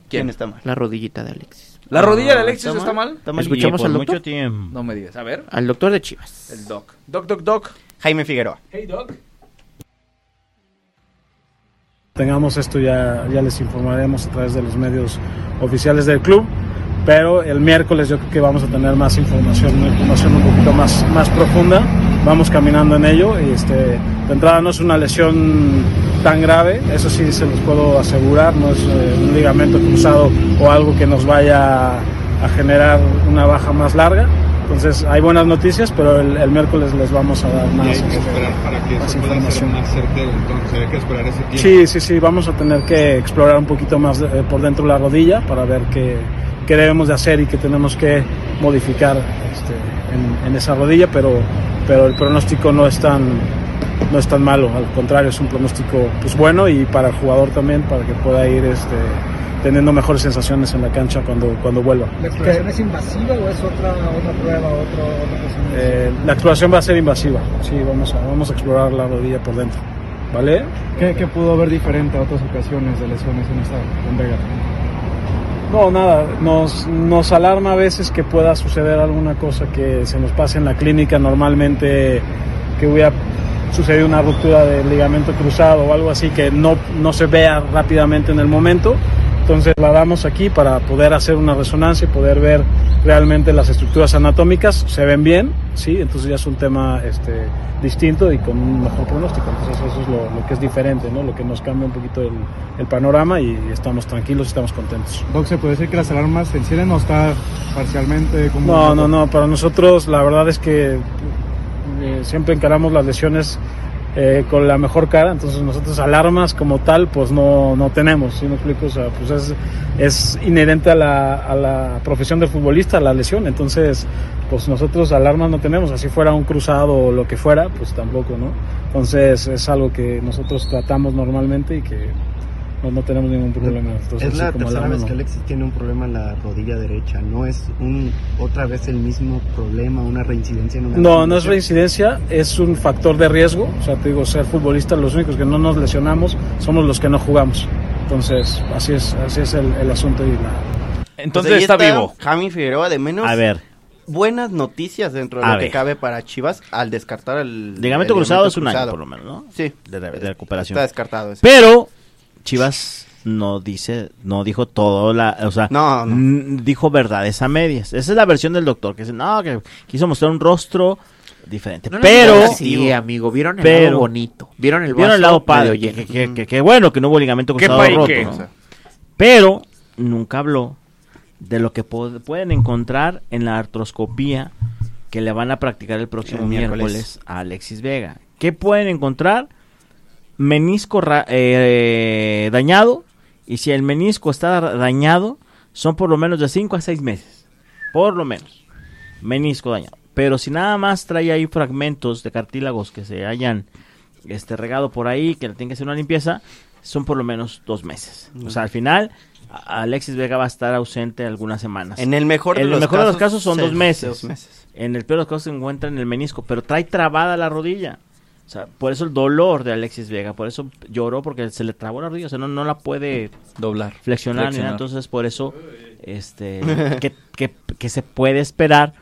¿Quién está mal?
La rodillita de Alexis.
¿La rodilla de Alexis está mal?
¿Escuchamos
y por
al
mucho
doctor?
tiempo.
No me digas. A ver,
Al doctor de Chivas.
el Doc. Doc, Doc, Doc.
Jaime Figueroa.
Hey, Doc.
tengamos esto ya, ya les informaremos a través de los medios oficiales del club. Pero el miércoles yo creo que vamos a tener más información, una información un poquito más, más profunda. Vamos caminando en ello. Y este, de entrada no es una lesión tan grave, eso sí se los puedo asegurar, no es eh, un ligamento cruzado o algo que nos vaya a generar una baja más larga. Entonces hay buenas noticias, pero el, el miércoles les vamos a dar más,
Y hay que
este,
esperar para que
más
eso pueda ser
información.
más certero, entonces hay que esperar ese tiempo.
Sí, sí, sí, vamos a tener que explorar un poquito más eh, por dentro la rodilla para ver qué, qué debemos de hacer y qué tenemos que modificar este, en, en esa rodilla, pero, pero el pronóstico no es, tan, no es tan malo, al contrario, es un pronóstico pues, bueno y para el jugador también, para que pueda ir este, teniendo mejores sensaciones en la cancha cuando, cuando vuelva.
¿La exploración es invasiva o es otra, otra prueba, otro, otra cosa?
Eh, la exploración va a ser invasiva, sí, vamos a, vamos a explorar la rodilla por dentro, ¿vale?
¿Qué, qué pudo haber diferente a otras ocasiones de lesiones en esta con Vega?
No, nada, nos, nos alarma a veces que pueda suceder alguna cosa que se nos pase en la clínica, normalmente que hubiera sucedido una ruptura del ligamento cruzado o algo así que no, no se vea rápidamente en el momento. Entonces la damos aquí para poder hacer una resonancia y poder ver realmente las estructuras anatómicas, se ven bien, ¿sí? Entonces ya es un tema este, distinto y con un mejor pronóstico. Entonces eso es lo, lo que es diferente, ¿no? Lo que nos cambia un poquito el, el panorama y estamos tranquilos, estamos contentos.
Doc, ¿se puede decir que las alarmas se encienden o está parcialmente como...
No, no, no. Para nosotros la verdad es que eh, siempre encaramos las lesiones eh, con la mejor cara. Entonces nosotros alarmas como tal, pues no, no tenemos. ¿Sí me explico? O sea, pues es, es inherente a la, a la profesión del futbolista, la lesión. Entonces, pues nosotros alarmas no tenemos. Así fuera un cruzado o lo que fuera, pues tampoco, ¿no? Entonces es algo que nosotros tratamos normalmente y que pues, no, no tenemos ningún problema. Entonces,
Es
sí,
la
como
tercera
alarma,
vez
no.
que Alexis tiene un problema en la rodilla derecha. No es un otra vez el mismo problema, una reincidencia en una.
No, no es reincidencia, es un factor de riesgo. O sea, te digo, ser futbolista, los únicos que no nos lesionamos somos los que no jugamos. Entonces, así es, así es el, el asunto y la,
Entonces
Pues
está,
ahí
vivo.
Jaime Figueroa, de menos.
A ver,
Buenas noticias dentro de
A
lo
ver.
que cabe para Chivas al descartar el.
ligamento
el
cruzado es un
cruzado.
año por lo menos, ¿no?
Sí,
De- de recuperación.
Está descartado. ese.
Pero Chivas no dice, no dijo todo la, o sea,
No, no.
n- dijo verdades a medias. Esa es la versión del doctor que dice, no, que quiso mostrar un rostro diferente,
No lo
pero
digas así, amigo, vieron el
pero-
lado bonito, vieron el
vieron el
vaso
lado padre,
medio
que,
lleno.
que- que- que bueno que no hubo ligamento
¿Qué
cruzado
pa' y
roto,
qué?
¿no? pero nunca habló de lo que pod- pueden encontrar en la artroscopía que le van a practicar el próximo
El miércoles.
miércoles. a Alexis Vega. ¿Qué pueden encontrar? Menisco ra- eh, dañado. Y si el menisco está da- dañado, son por lo menos de 5 a 6 meses. Por lo menos. Menisco dañado. Pero si nada más trae ahí fragmentos de cartílagos que se hayan este, regado por ahí, que le tienen que hacer una limpieza, son por lo menos dos meses. O sea, al final, a- Alexis Vega va a estar ausente algunas semanas.
En el mejor de
En el
los
mejor de los
casos,
casos son
se-
dos meses.
dos meses.
En el peor de los casos se encuentra en el menisco, pero trae trabada la rodilla. O sea, por eso el dolor de Alexis Vega, por eso lloró porque se le trabó la rodilla, o sea, no, no la puede
Doblar.
flexionar, ni nada.
Flexionar.
entonces por eso este que, que- que se puede esperar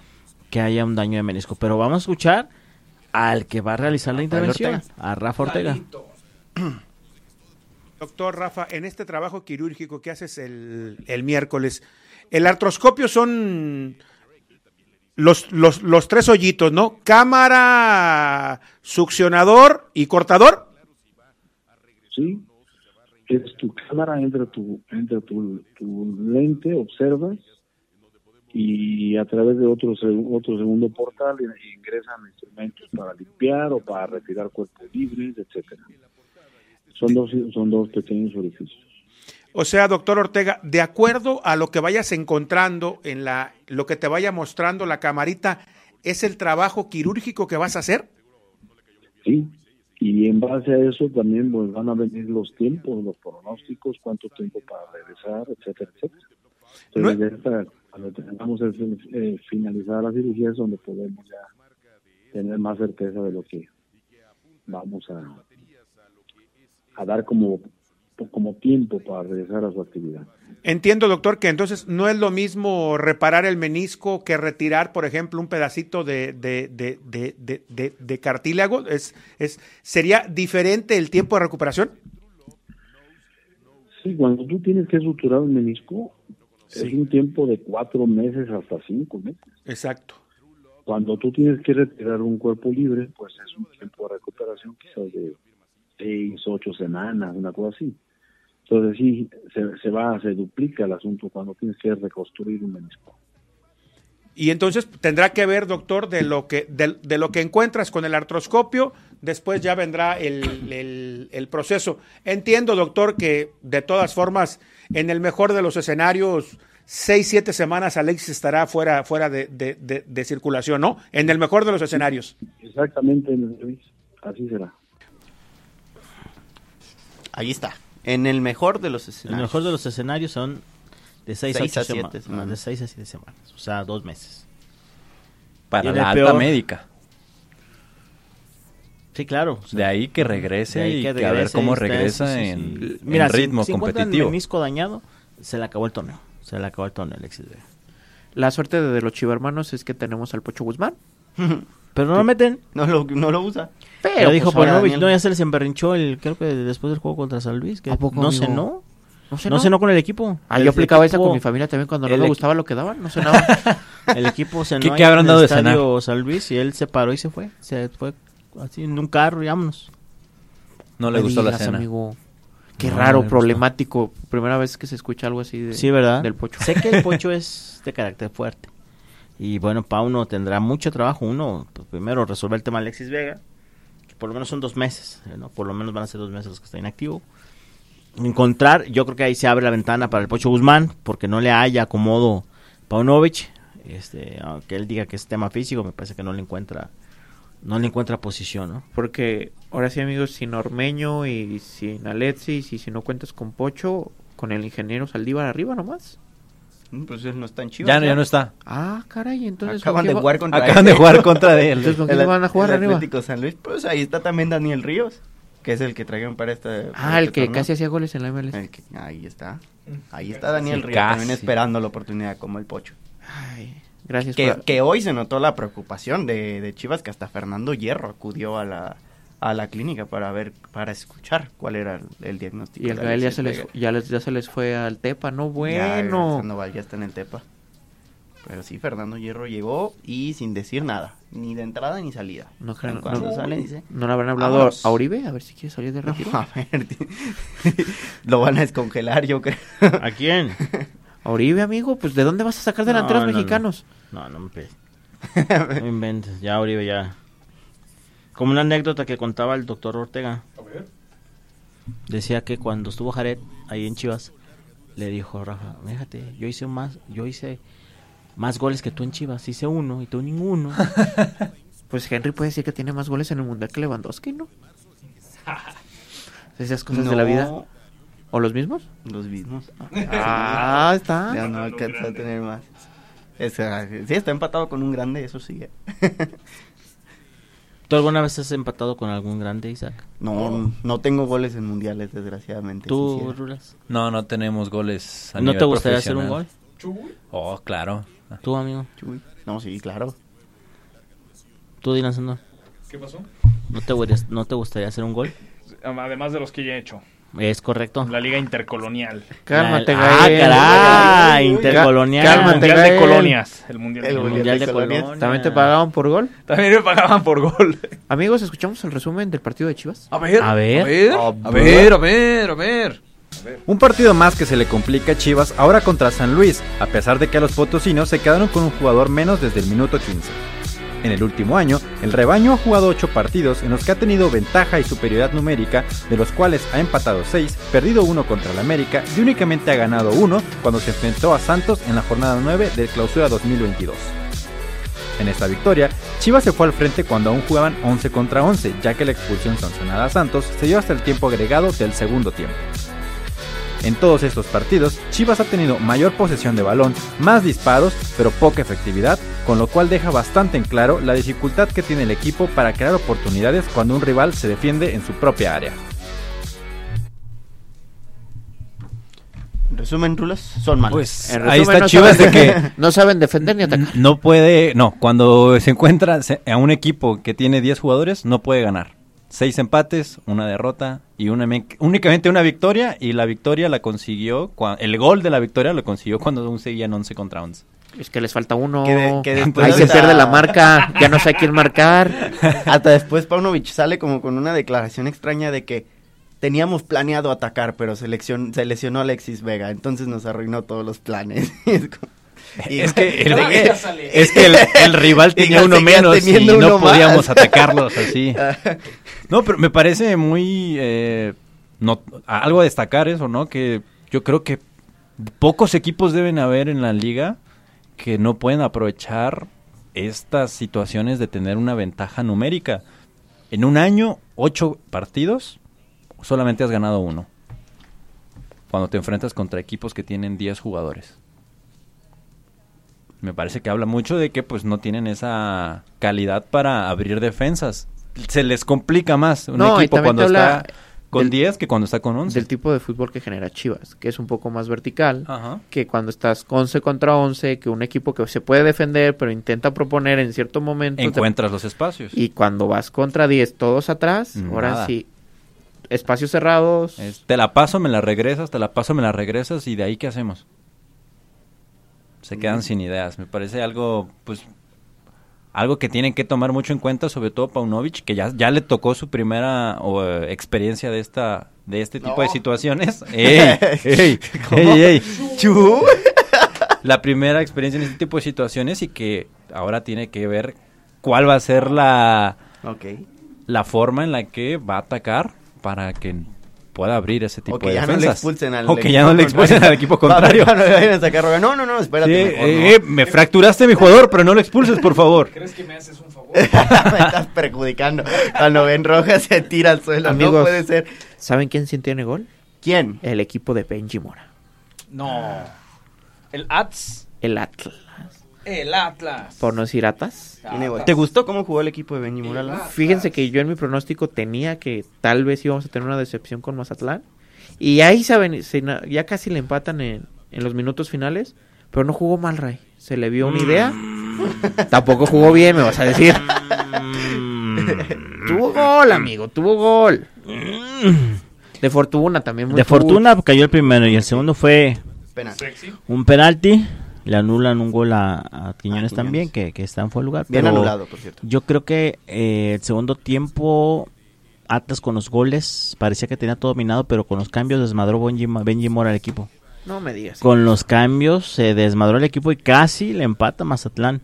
que haya un daño de menisco. Pero vamos a escuchar al que va a realizar la intervención, a Rafa Ortega.
Doctor Rafa, en este trabajo quirúrgico que haces el, el miércoles, el artroscopio son los, los- los tres hoyitos, ¿no? Cámara, succionador y cortador.
¿sí? Que es tu cámara, entra tu, entra tu, tu lente, observas y a través de otro, se- otro segundo portal in- ingresan instrumentos para limpiar o para retirar cuerpos libres, etcétera. Son dos, son dos pequeños orificios.
O sea, doctor Ortega, de acuerdo a lo que vayas encontrando en la, lo que te vaya mostrando la camarita, ¿es el trabajo quirúrgico que vas a hacer?
Sí. Y en base a eso también pues, van a venir los tiempos, los pronósticos, cuánto tiempo para regresar, etcétera, etcétera. Entonces, ya está, cuando tengamos el fin- eh, finalizar la cirugía es donde podemos ya tener más certeza de lo que vamos a, a dar como, como tiempo para regresar a su actividad.
Entiendo, doctor, que entonces no es lo mismo reparar el menisco que retirar, por ejemplo, un pedacito de, de, de- de- de- de- de cartílago. Es, es, ¿Sería diferente el tiempo de recuperación?
Sí, cuando tú tienes que suturar un menisco, es un tiempo de cuatro meses hasta cinco meses.
Exacto.
Cuando tú tienes que retirar un cuerpo libre, pues es un tiempo de recuperación quizás de seis, ocho semanas, una cosa así. Entonces sí, se, se va, se duplica el asunto cuando tienes que reconstruir un menisco.
Y entonces tendrá que ver, doctor, de lo que, de, de lo que encuentras con el artroscopio, después ya vendrá el, el- el proceso. Entiendo, doctor, que de todas formas, en el mejor de los escenarios, seis, siete semanas Alexis estará fuera, fuera de, de- de- de circulación, ¿no? En el mejor de los escenarios.
Exactamente, Luis, así será.
Ahí está. En el mejor de los
El
escenarios.
mejor de los escenarios son de 6 a
Seis a
7
siete
semanas.
semanas.
De 6 a 7 semanas, o sea, dos meses.
Para
Y
la
de
alta
peor-
médica.
Sí, claro.
De ahí que regrese
De ahí
y que a ver
regrese
cómo
y esté-
regresa
sí, sí,
en,
sí.
en
Mira, si-
ritmo
si encuentran
competitivo.
menisco dañado, se le acabó el torneo. Se le acabó el torneo, Alexis Vega.
La suerte de los chivermanos es que tenemos al Pocho Guzmán.
Pero no lo meten.
No lo, no lo usa.
Pero
Pero dijo
pues, ahora
Paunovic,
Daniel-
no, ya se les emberrinchó el, creo que después del juego contra San Luis, que
¿A poco,
no
amigo?
cenó.
No
No
sé,
cenó.
no.
con el equipo.
Ah,
El
yo aplicaba esa
equipo-
con mi familia también cuando no
el
me
equi-
gustaba lo que daban, no cenaba.
El equipo cenó
¿Qué-
ahí
qué habrán
en el
dado de
estadio
cenar?
San Luis y él se paró y se fue. Se fue así en un carro y vámonos.
No le
Me
gustó la
digas,
cena.
amigo. Qué
No, no
raro,
le gustó.
problemático. Primera vez que se escucha algo así de,
Sí, ¿verdad?
del Pocho.
Sé que el Pocho es de carácter fuerte. Y bueno, Pauno tendrá mucho trabajo. Uno, pues, primero resolver el tema Alexis Vega, que por lo menos son dos meses, eh, ¿no? Por lo menos van a ser dos meses los que está inactivo. Encontrar, yo creo que ahí se abre la ventana para el Pocho Guzmán, porque no le haya acomodo Paunovic. Este, aunque él diga que es tema físico, me parece que no le encuentra, no le encuentra posición, ¿no?
Porque ahora sí, amigos, sin Ormeño y sin Alexis y si no cuentas con Pocho, con el ingeniero Saldívar arriba nomás.
Mm, Pues él no está en Chivas.
Ya, no- ya no está.
Ah, caray, entonces. ¿con
Acaban
qué
de
va-
jugar contra
Acaban de jugar contra él.
Entonces, ¿con quién
El-
van a jugar
el
arriba?
Atlético San Luis. Pues ahí está también Daniel Ríos, que es el que trajeron para este esta.
Ah, el que casi hacía goles en la MLS.
ahí está. Ahí está Daniel
Sí,
Ríos también
casi.
esperando la oportunidad como el Pocho.
Ay, gracias
Que,
por-
que hoy se notó la preocupación de, de Chivas que hasta Fernando Hierro acudió a la, a la clínica para ver, para escuchar cuál era el, el diagnóstico.
Y el
de
Gael ya
Alexis
se, les,
Vega.
ya, les- ya se les fue al Tepa, no
Ya, el
bueno.
Sandoval ya está en el Tepa. Pero sí, Fernando Hierro llegó y sin decir nada, ni de entrada ni salida.
No, creo-
creen cuando
no-
sale dice,
¿no le habrán hablado
"Vámonos".
a Uribe? A ver si quiere salir de retiro.
a ver, lo van a descongelar, yo creo.
¿A quién?
A Uribe, amigo, pues ¿de dónde vas a sacar delanteros
No, no, no.
mexicanos?
No, no, me pe- No me inventes, ya Oribe, ya. Como una anécdota que contaba el doctor Ortega. Decía que cuando estuvo Jared ahí en Chivas, le dijo Rafa, fíjate, yo hice más, yo hice más goles que tú en Chivas, hice uno y tú ninguno.
Pues Henry puede decir que tiene más goles en el mundial que Lewandowski, ¿no? Esas cosas
No.
de la vida. ¿O los mismos?
Los mismos.
Ah, está.
Ya no alcanza a tener más. Es, ah, sí, está empatado con un grande, eso sí. eh.
¿Tú alguna vez has empatado con algún grande, Isaac?
No, no tengo goles en mundiales, desgraciadamente.
¿Tú,
quisiera.
Rulas?
No, no tenemos goles. a
¿No
nivel
te gustaría hacer un
profesional.
gol?
Oh, claro.
¿Tú, amigo?
Chuy. No, sí, claro.
¿Tú, Dylan Sandor?
¿Qué pasó?
¿No te, gustaría- ¿No te gustaría hacer un gol?
Además de los que ya he hecho.
Es correcto.
La Liga Intercolonial.
Cálmate, La- ah, Gael. caray,
Uy, uy, uy.
intercolonial.
Cálmate,
Mundial
Mundial de
Gael.
Colonias. El Mundial,
El
de
Mundial
Colonias.
de Colonias.
¿También te pagaban por gol?
También me pagaban por gol.
Amigos, ¿escuchamos el resumen del partido de Chivas?
A ver,
A ver. a ver, a ver, a ver, a ver. Un partido más que se le complica a Chivas ahora contra San Luis, a pesar de que los potosinos se quedaron con un jugador menos desde el minuto 15. En el último año, el rebaño ha jugado 8 partidos en los que ha tenido ventaja y superioridad numérica, de los cuales ha empatado 6, perdido 1 contra el América y únicamente ha ganado 1 cuando se enfrentó a Santos en la jornada 9 del Clausura 2022. En esta victoria, Chivas se fue al frente cuando aún jugaban 11 contra 11, ya que la expulsión sancionada a Santos se dio hasta el tiempo agregado del segundo tiempo. En todos estos partidos, Chivas ha tenido mayor posesión de balón, más disparos, pero poca efectividad, con lo cual deja bastante en claro la dificultad que tiene el equipo para crear oportunidades cuando un rival se defiende en su propia área.
Resumen, Rulas, son malos.
Pues, En ahí resumen, está no Chivas saben- de que-
no saben defender ni atacar.
No puede, no, cuando se encuentra se- a un equipo que tiene 10 jugadores, no puede ganar. Seis empates, una derrota y una men- únicamente una victoria. Y la victoria la consiguió, cua- el gol de la victoria lo consiguió cuando aún seguían 11 contra 11.
Es que les falta uno.
Que de- que después
Ahí se
ahorita-
pierde la marca. Ya no sé a quién marcar.
Hasta después Paunovic sale como con una declaración extraña de que teníamos planeado atacar, pero selección, se lesionó Alexis Vega, entonces nos arruinó todos los planes. es como- y-
Es que el,
de
es- es que el- el rival
Y
tenía
ya
uno
seguía
menos y
teniendo
no
uno más. Ah.
podíamos atacarlos así. No, pero me parece muy eh, no, a- algo a destacar eso, ¿no? Que yo creo que pocos equipos deben haber en la liga que no pueden aprovechar estas situaciones de tener una ventaja numérica. En un año, ocho partidos, solamente has ganado uno. Cuando te enfrentas contra equipos que tienen 10 jugadores me parece que habla mucho de que pues no tienen esa calidad para abrir defensas. Se les complica más un
No, y
equipo
también
cuando
te habla
está con
del-
10 que cuando está con 11.
Del tipo de fútbol que genera Chivas, que es un poco más vertical.
Ajá.
Que cuando estás 11 contra 11, que un equipo que se puede defender, pero intenta proponer en cierto momento. te-
Encuentras los espacios.
Y cuando vas contra 10, todos atrás,
Mm, Nada.
ahora sí. Espacios cerrados.
Es, te la paso, me la regresas, te la paso, me la regresas y de ahí qué hacemos.
Mm.
Se quedan sin ideas. Me parece algo pues algo que tienen que tomar mucho en cuenta, sobre todo Paunovic, que ya, ya le tocó su primera o, eh, experiencia de esta de este tipo de situaciones. ¡Ey! ¡Ey!
¿Cómo?
¡Ey! ey!
Chu.
la primera experiencia en este tipo de situaciones y que ahora tiene que ver cuál va a ser la,
Ok.
la forma en la que va a atacar para que pueda abrir ese tipo
O que
de
ya no
defensas.
le expulsen al
O que ya no le expulsen al equipo
Va,
contrario.
va, no le vayan a sacar roja. No, no, no, espérate.
Sí,
mejor
eh, eh,
no.
me fracturaste mi jugador, pero no lo expulses, por favor.
¿Crees que me haces un favor? me estás perjudicando. Cuando ven roja se tira al suelo. no
Amigos,
puede ser.
¿Saben quién sí tiene gol?
¿Quién?
El equipo de Benji Mora.
No. El Atlas.
El Atlas.
El Atlas.
Por no decir Atas.
Tiene gol. Ah, ¿Te gustó cómo jugó el equipo de Benji Murala?
Fíjense que yo en mi pronóstico tenía que tal vez íbamos a tener una decepción con Mazatlán. Y ahí saben, se na- ya casi le empatan en, en los minutos finales. Pero no jugó mal, Ray.
Mm. Mm.
Se le vio una idea. Tampoco jugó bien, me vas a decir. tuvo gol, amigo, tuvo gol.
Mm.
De fortuna también. muy
De
fut-
fortuna cayó el primero y el segundo fue
Penalti.
un penalti. Le anulan un gol a, a Quiñones también, que, que está en fuera de lugar.
Bien
pero
anulado, por cierto.
Yo creo que eh, el segundo tiempo, Atlas con los goles, parecía que tenía todo dominado, pero con los cambios desmadró Benji, Benji Mora el equipo.
No me digas.
Con los cambios se desmadró el equipo y casi le empata Mazatlán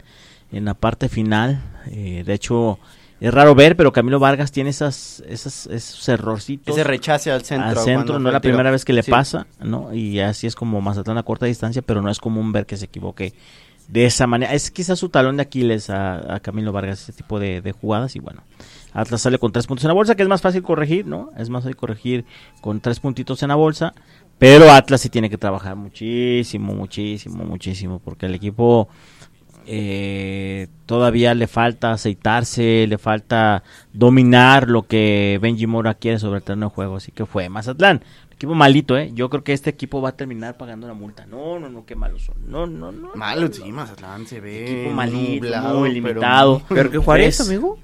en la parte final. Eh, de hecho, es raro ver, pero Camilo Vargas tiene esas, esas, esos errorcitos.
Ese rechace al centro
Al
cuando
centro, no
fue
es la
el tiro.
primera vez que le
Sí.
pasa, ¿no? Y así es como Mazatlán a corta distancia, pero no es común ver que se equivoque de esa manera. Es quizás su talón de Aquiles a, a Camilo Vargas, ese tipo de, de jugadas, y bueno. Atlas sale con tres puntos en la bolsa, que es más fácil corregir, ¿no? Es más fácil corregir con tres puntitos en la bolsa, pero Atlas sí tiene que trabajar muchísimo, muchísimo, muchísimo, porque el equipo eh, todavía le falta aceitarse, le falta dominar lo que Benji Mora quiere sobre el terreno de juego. Así que fue Mazatlán. Equipo malito, ¿eh? Yo creo que este equipo va a terminar pagando una multa. No, no, no, qué malos son. No, no, no.
Malo, sí, Mazatlán se ve.
Equipo malito,
nublado,
muy
pero-
limitado. ¿Eh?
¿Peor que Juárez, amigo?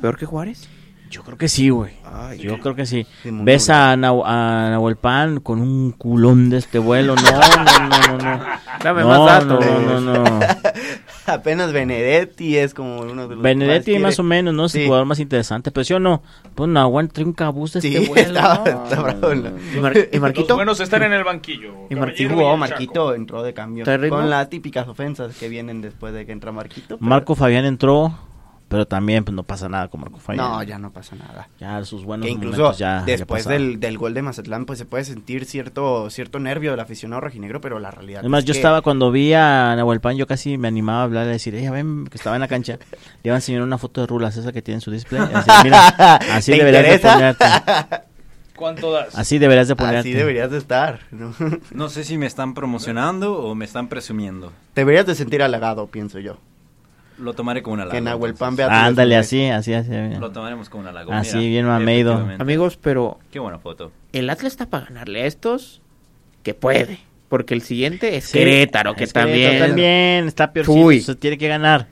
¿Peor que Juárez?
Yo creo que sí, güey. Yo creo que sí. Ves
mundo
a, Nau- a Nahuel Pan con un culón de este vuelo. No,
Mm.
no, no, no. no.
Dame
No,
más datos.
No, no, no.
Apenas Benedetti es como uno de los
Benedetti
que
más o menos, ¿no? Es el jugador más interesante. Pero sí o no. Pues Nahuel trae un cabuz de este
Sí,
vuelo.
estaba-
No,
estaba
no,
bravo.
no, no.
Y Mar- y Marquito.
Los buenos están en el banquillo.
Y
Caballero
Marquito,
y el Chaco.
Marquito entró de cambio.
¿Trae ritmo?
Con las típicas ofensas que vienen después de que entra Marquito. pero-
Marco Fabián entró, pero también pues, no pasa nada con Marco Fabián.
No, ya no pasa nada.
Ya sus buenos
Que incluso
momentos ya- ya
después
pasaron.
del, del gol de Mazatlán, pues se puede sentir cierto cierto nervio del aficionado rojinegro, pero la realidad.
Además,
es
yo
que-
estaba cuando vi a Nahuel Pan, yo casi me animaba a hablar y decir, ella ven, que estaba en la cancha. Le iba a enseñar una foto de Rulas, esa que tiene en su display. Así, mira, así
¿Te
deberías
interesa?
de ponerte.
¿Cuánto das?
Así deberías de ponerte.
Así deberías de estar. ¿no?
No sé si me están promocionando o me están presumiendo.
Deberías de sentir halagado, pienso yo.
Lo tomaré como una halago.
Que Nahuel
entonces.
Pan vea
Ah, Ándale, así, así, así. mira.
Lo tomaremos como un halago.
Así,
mira,
bien mameido.
efectivamente.
Amigos, pero
Qué buena foto.
el Atlas está para ganarle a estos que puede. Porque el siguiente es
Sí,
Querétaro, que
es
también.
Querétaro también está peorcito.
Chuy.
o sea, tiene que ganar.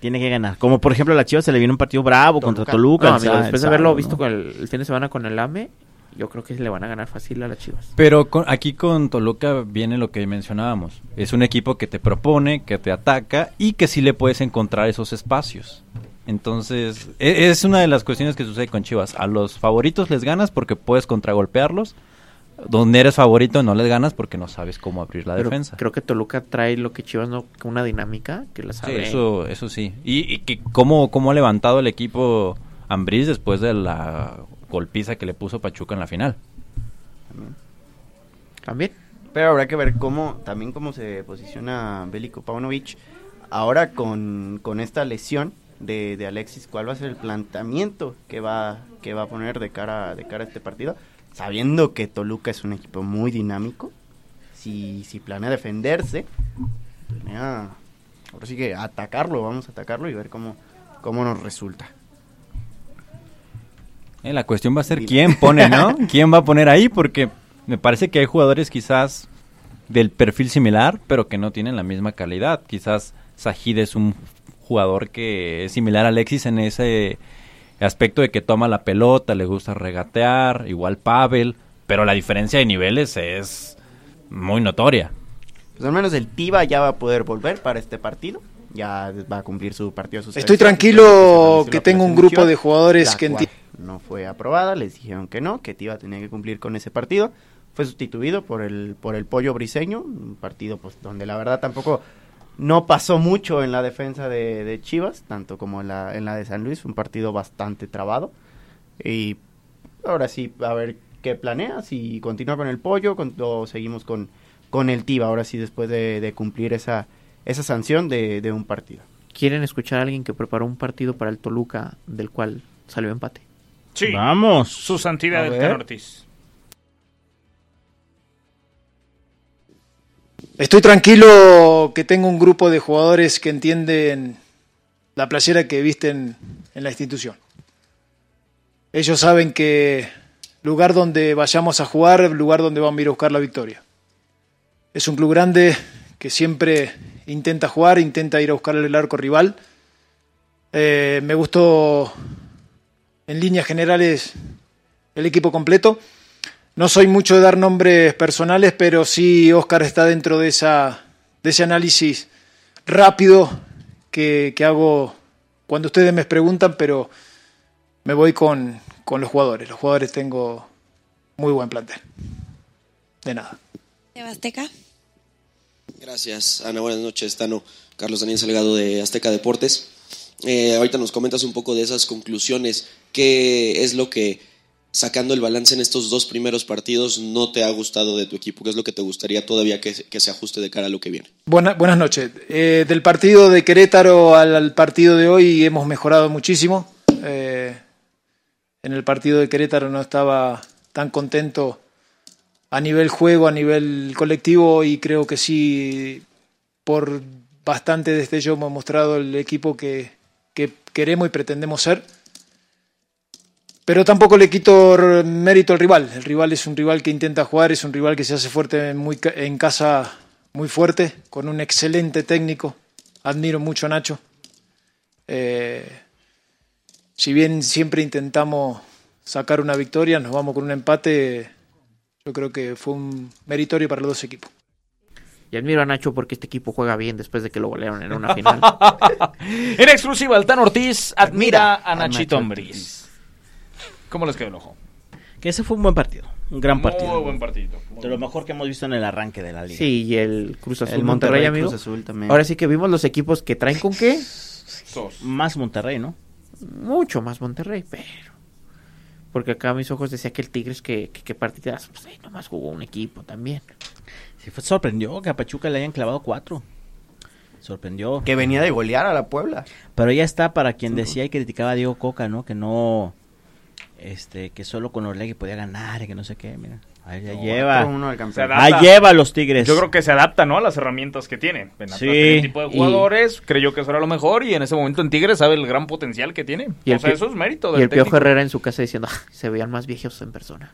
Tiene que ganar. Como por ejemplo, a la Chivas se le viene un partido bravo contra Toluca.
No,
el
amigo,
sa-
después
el
de haberlo
sábado,
visto
¿no?
con el, el fin de semana con el AME, yo creo que le van a ganar fácil a las Chivas.
Pero con- aquí con Toluca viene lo que mencionábamos. Es un equipo que te propone, que te ataca y que sí le puedes encontrar esos espacios. Entonces, e- es una de las cuestiones que sucede con Chivas. A los favoritos les ganas porque puedes contragolpearlos. Donde eres favorito no les ganas porque no sabes cómo abrir la
Pero
defensa.
Creo que Toluca trae lo que Chivas no, que una dinámica que la
Sí,
sabe.
eso, eso sí. Y, y que cómo, cómo ha levantado el equipo Ambriz después de la golpiza que le puso Pachuca en la final.
También.
Pero habrá que ver cómo, también cómo se posiciona Bélico Paunovic ahora con, con esta lesión de, de Alexis, cuál va a ser el planteamiento que va, que va a poner de cara, de cara a este partido, sabiendo que Toluca es un equipo muy dinámico, si, si planea defenderse, planea, ahora sí que atacarlo, vamos a atacarlo y ver cómo, cómo nos resulta.
Eh, la cuestión va a ser quién pone, ¿no? ¿Quién va a poner ahí? Porque me parece que hay jugadores quizás del perfil similar, pero que no tienen la misma calidad. Quizás Sajid es un jugador que es similar a Alexis en ese aspecto de que toma la pelota, le gusta regatear, igual Pavel, pero la diferencia de niveles es muy notoria.
Pues al menos el Tiva ya va a poder volver para este partido. Ya va a cumplir su partido. de
Estoy
suspensión.
tranquilo
Se
que
lo
tengo un
presentó,
grupo de jugadores
la
que
cual
enti-
no fue aprobada, les dijeron que no, que Tiva tenía que cumplir con ese partido. Fue sustituido por el por el Pollo Briseño, un partido pues donde la verdad tampoco no pasó mucho en la defensa de, de Chivas, tanto como en la, en la de San Luis, Fue un partido bastante trabado. Y ahora sí, a ver qué planea, si continúa con el pollo con- o seguimos con, con el TIBA, ahora sí, después de, de cumplir esa, esa sanción de, de un partido.
¿Quieren escuchar a alguien que preparó un partido para el Toluca del cual salió empate?
Sí.
Vamos.
Su santidad
A
del
ver.
Tano Ortiz.
Estoy tranquilo que tengo un grupo de jugadores que entienden la playera que visten en la institución. Ellos saben que lugar donde vayamos a jugar, lugar donde vamos a ir a buscar la victoria. Es un club grande que siempre intenta jugar, intenta ir a buscar el arco rival. Eh, me gustó en líneas generales el equipo completo. No soy mucho de dar nombres personales, pero sí Oscar está dentro de, esa, de ese análisis rápido que, que hago cuando ustedes me preguntan, pero me voy con, con los jugadores. Los jugadores tengo muy buen plantel. De nada.
de Azteca.
Gracias, Ana. Buenas noches, Tano. Carlos Daniel Salgado de Azteca Deportes. Eh, ahorita nos comentas un poco de esas conclusiones. ¿Qué es lo que, sacando el balance en estos dos primeros partidos, no te ha gustado de tu equipo? ¿Qué es lo que te gustaría todavía que, que se ajuste de cara a lo que viene?
Buena- buenas noches. Eh, del partido de Querétaro al, al partido de hoy hemos mejorado muchísimo. Eh, en el partido de Querétaro no estaba tan contento a nivel juego, a nivel colectivo y creo que sí, por bastante destello hemos mostrado el equipo que, que queremos y pretendemos ser. Pero tampoco le quito r- mérito al rival. El rival es un rival que intenta jugar, es un rival que se hace fuerte en, muy ca- en casa muy fuerte, con un excelente técnico. Admiro mucho a Nacho. Eh, si bien siempre intentamos sacar una victoria, nos vamos con un empate. Yo creo que fue un meritorio para los dos equipos.
Y admiro a Nacho porque este equipo juega bien después de que lo golearon en una final.
En exclusiva, Altán Ortiz admira a
Nacho
Nachito Ambriz. ¿Cómo les quedó el ojo?
Que ese fue un buen partido. Un gran partido.
Muy buen partido.
De lo mejor que hemos visto en el arranque de la liga.
Sí, y el Cruz Azul.
El
Monterrey,
Monterrey,
amigo.
Cruz Azul también.
Ahora sí que vimos los equipos que traen con qué.
Más Monterrey, ¿no?
Mucho más Monterrey, pero. Porque acá a mis ojos decía que el Tigres, que, que, que partidas, pues ahí nomás jugó un equipo también.
Sí, fue- sorprendió que a Pachuca le hayan clavado cuatro. Sorprendió.
Que venía de golear a la Puebla.
Pero ya está para quien decía y criticaba a Diego Coca, ¿no? Que no. Este, que solo con Orlegui podía ganar y que no sé qué. Mira, ahí ya lleva.
Se adapta.
Ahí lleva a los Tigres.
Yo creo que se adapta, ¿no? A las herramientas que tiene. En
Sí,
el tipo de
y-
jugadores, creyó que eso era lo mejor y en ese momento en Tigres sabe el gran potencial que tiene.
Y
o
el
sea,
Pio-
eso es mérito
Y
del
el Piojo
técnico.
Herrera en su casa diciendo, "Ah, se veían más viejos en persona.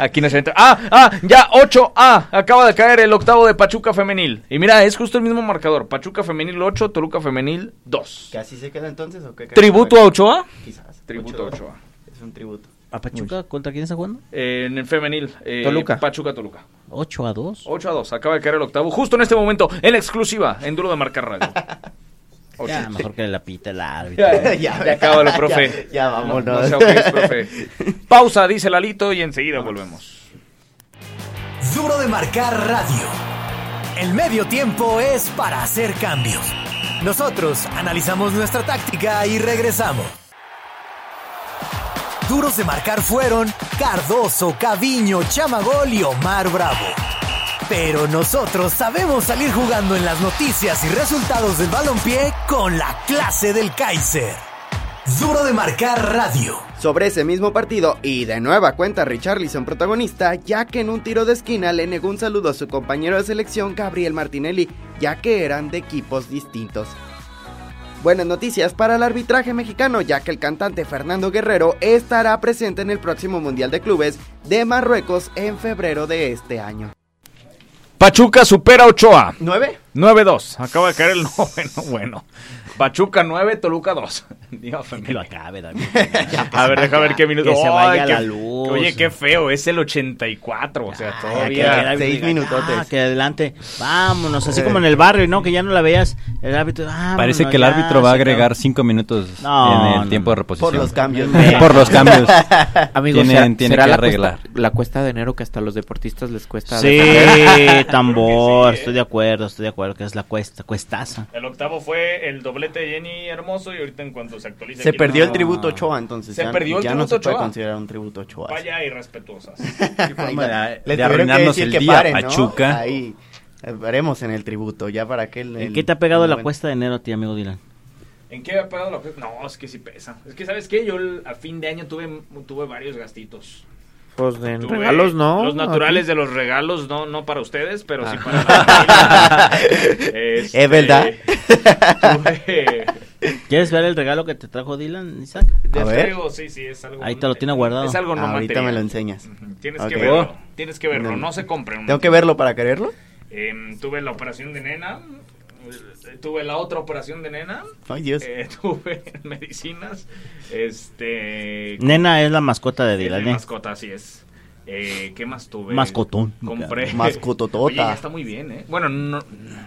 Aquí no se entra. Ah, ah, ya 8A. Acaba de caer el octavo de Pachuca Femenil. Y mira, es justo el mismo marcador. Pachuca Femenil 8, Toluca Femenil 2.
¿Que así se queda entonces o qué?
¿Tributo a Ochoa?
Quizás.
Tributo a Ochoa.
Es un tributo.
¿A Pachuca contra quién está jugando?
Eh, en el femenil. eh,
Toluca.
Pachuca Toluca.
8 a 2.
8 a 2. Acaba de caer el octavo. Justo en este momento. En exclusiva. En duro de marcar radio. Ocho.
Ya, mejor que la pita el árbitro.
Ya, ya,
¿eh?
ya acábalo, profe.
ya, ya vámonos.
No, no se ofendas, profe. Pausa, dice Lalito, y enseguida volvemos.
Duro de marcar radio. El medio tiempo es para hacer cambios. Nosotros analizamos nuestra táctica y regresamos. Duros de marcar fueron Cardoso, Caviño, Chamagol y Omar Bravo. Pero nosotros sabemos salir jugando en las noticias y resultados del balompié con la clase del Kaiser. Duro de marcar radio.
Sobre ese mismo partido, y de nueva cuenta Richarlison protagonista, ya que en un tiro de esquina le negó un saludo a su compañero de selección Gabriel Martinelli, ya que eran de equipos distintos. Buenas noticias para el arbitraje mexicano, ya que el cantante Fernando Guerrero estará presente en el próximo Mundial de Clubes de Marruecos en febrero de este año.
Pachuca supera Ochoa.
¿Nueve?
9-2. Acaba de caer el noveno. Bueno. Pachuca 9, Toluca 2. Dios,
Que lo acabe, David.
A ver, deja ver qué minuto.
Que se
Ay,
vaya
qué-
la luz.
Oye, qué feo. Es el 84. O sea,
Ya
todavía.
Ah, que- ya, que adelante. Vámonos, así como en el barrio, ¿no? Que ya no la veías. El árbitro. vámonos,
Parece que el
Ah, ya,
árbitro va a
se acabó.
agregar cinco minutos
No,
en el
no,
tiempo de reposición.
Por los cambios.
Por los cambios.
Amigos,
Tienen-
será,
tiene
será
que
la
arreglar.
Cuesta, la cuesta de enero que hasta a los deportistas les cuesta.
Sí, tambor, estoy de acuerdo, estoy de acuerdo que es la cuesta, cuestaza.
El octavo fue el doblete de Jenny Hermoso y ahorita en cuanto se actualice.
Se
aquí-
perdió el
No.
tributo Ochoa entonces.
Se
ya,
perdió el
ya no
tributo
se puede
Ochoa.
considerar un tributo Ochoa.
Vaya irrespetuosas.
Ahí
Eh,
de- de
le tuvieron que
arruinarnos
decir
el
que
día,
¿no?
Pachuca.
Ahí eh, veremos en el tributo, ya para que el,
¿En
el-
qué te ha pegado
el
la
buen-
cuesta de enero a ti, amigo Dylan?
¿En qué ha pagado la cuesta? No, es que sí pesa. Es que, ¿sabes qué? Yo el- a fin de año tuve, tuve varios gastitos.
Pues de
Tuve
regalos no.
Los naturales
aquí.
de los regalos, no, no para ustedes, pero
Ah.
sí para la familia. Este, eh.
¿Es verdad?
tuve-
¿Quieres ver el regalo que te trajo Dylan, Isaac?
de algo, sí, sí, es algo.
Ahí te lo tiene guardado.
Es algo no
Ahorita
material.
me lo enseñas. Oh.
Tienes
Ok.
que verlo. Tienes que verlo. No se compre. un-
¿Tengo que verlo para quererlo?
Em, tuve la operación de nena. tuve la otra operación de nena.
Ay, Dios.
Eh, tuve medicinas. Este.
Nena es la mascota de Dylan,
mi
¿eh?
mascota, así es. Eh, ¿Qué más tuve?
Mascotón.
Compré.
Mascototota.
Oye, ya está muy bien, ¿eh? Bueno, no,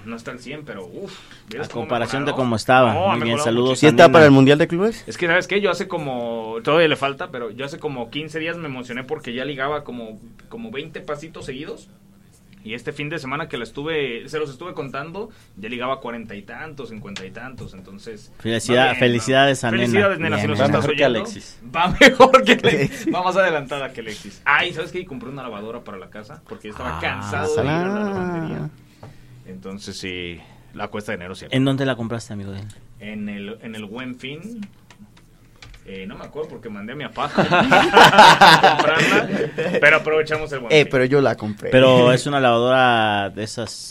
no está al 100, pero uff.
A comparación de cómo estaba.
No,
Muy
me
bien,
mejoró
saludos.
¿Sí
a
está
Nena.
para el Mundial de Clubes?
Es que, ¿sabes qué? Yo hace como, todavía le falta, pero yo hace como 15 días me emocioné porque ya ligaba como, como 20 pasitos seguidos. Y este fin de semana que la estuve, se los estuve contando, ya ligaba cuarenta y tantos, cincuenta y tantos, entonces...
Felicidad-
va
felicidades a Nena.
Ah, Felicidades, nena, si
Bien,
nos
nena. Va
estás
mejor que
oyendo,
Alexis.
Va mejor que Alexis. Va más adelantada que Alexis. Ay, ¿sabes qué? Y compré una lavadora para la casa porque ya estaba
Ah,
cansado de ir a la
salá.
lavandería. Entonces sí, la cuesta de enero siempre.
¿En dónde la compraste, amigo de él?
En el, en el buen fin. Eh, no me acuerdo porque mandé a mi papá pero aprovechamos el buen
Eh,
fin.
pero yo la compré.
Pero es una lavadora de esas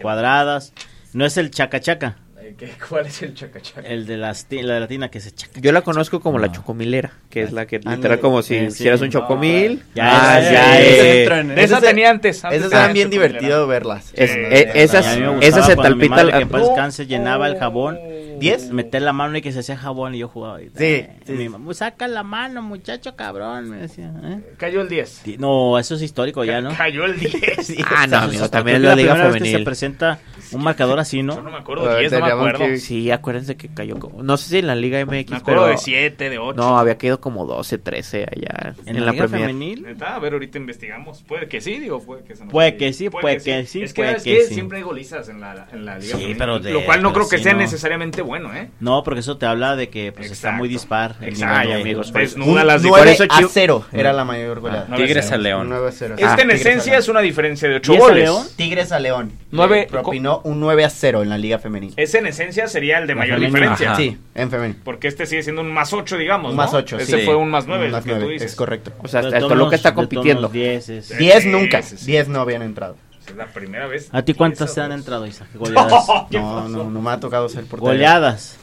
cuadradas. No es el chacachaca,
Eh, ¿qué- ¿Cuál es el chacachaca?
el de las ti- la latina que se chaca.
Yo la conozco como la chocomilera, que es la que
Ah,
Ándale.
literal como si
Eh, sí.
hicieras un
No,
chocomil.
ya
Ah,
es,
ya
ya es.
es.
¿eh?
Entran,
De esa tenía antes. antes
Esas
tenía
eran bien
esa culera.
divertido verlas.
Es-
Sí.
eh, esas-
A mí me gustaba
esas se
cuando mi
talpita
madre,
la-
que en paz
No.
descanse, llenaba el jabón.
Uh.
¿Diez?
Meter la mano y que se hacía jabón y yo jugaba. Y,
Sí, sí.
mi mamá, "Pues saca la mano, muchacho cabrón, me decía. ¿eh?
Cayó el 10.
Ti- No, eso es histórico ya, ¿no?
Cayó el 10.
Ah, no,
Eso
amigo,
hasta-
también
creo que
es la liga
primera vez que
femenil.
se presenta un marcador así, ¿no?
Yo no me acuerdo, 10 no me acuerdo.
Sí, acuérdense que cayó como... No sé si en la Liga MX,
Me acuerdo
pero-
de 7, de 8.
No, había caído como 12, 13 allá en, la,
Liga
Premier.
femenil?
Neta, a ver, ahorita investigamos. Puede que sí, digo, puede que se nos
Puede
olvide.
que sí, puede que sí,
Es que,
puede
¿sabes
que
qué?
sí.
siempre hay golizas en la, en la liga.
Sí,
femenil,
pero de-
lo cual no
pero
creo que
sí,
sea
no.
necesariamente bueno, ¿eh?
No, porque eso te habla de que pues, está muy dispar. el
Exacto.
nivel Mm. de-
Ay, amigos,
de-
pues,
de-
no. Una de las
Nueve
diferencias-
a 0 era la mayor goleada. Ah.
Ah, Tigres a este
León.
9 a 0.
Esta en esencia es una diferencia de 8
¿Y esa
goles.
León?
Tigres a León.
Nueve-
Le Eh, Propinó un 9 a 0 en la Liga Femenil.
Ese en esencia sería el de mayor
Femenil.
diferencia.
Sí, en femenil.
Porque este sigue siendo un más 8, digamos.
Un más
¿no?
8,
Ese
sí.
fue un más 9,
Un más
que tú
nueve,
dices.
Es correcto.
O sea,
de
hasta el
todos
Toluca está
los- de todos
compitiendo.
los dieces.
10 nunca.
Sí, sí, sí.
10 no habían entrado.
Es la primera vez.
¿A ti cuántas te han entrado, Isaac? Goleadas.
pues. ¿Qué
No, no, no me ha tocado ser portero.
Goleadas.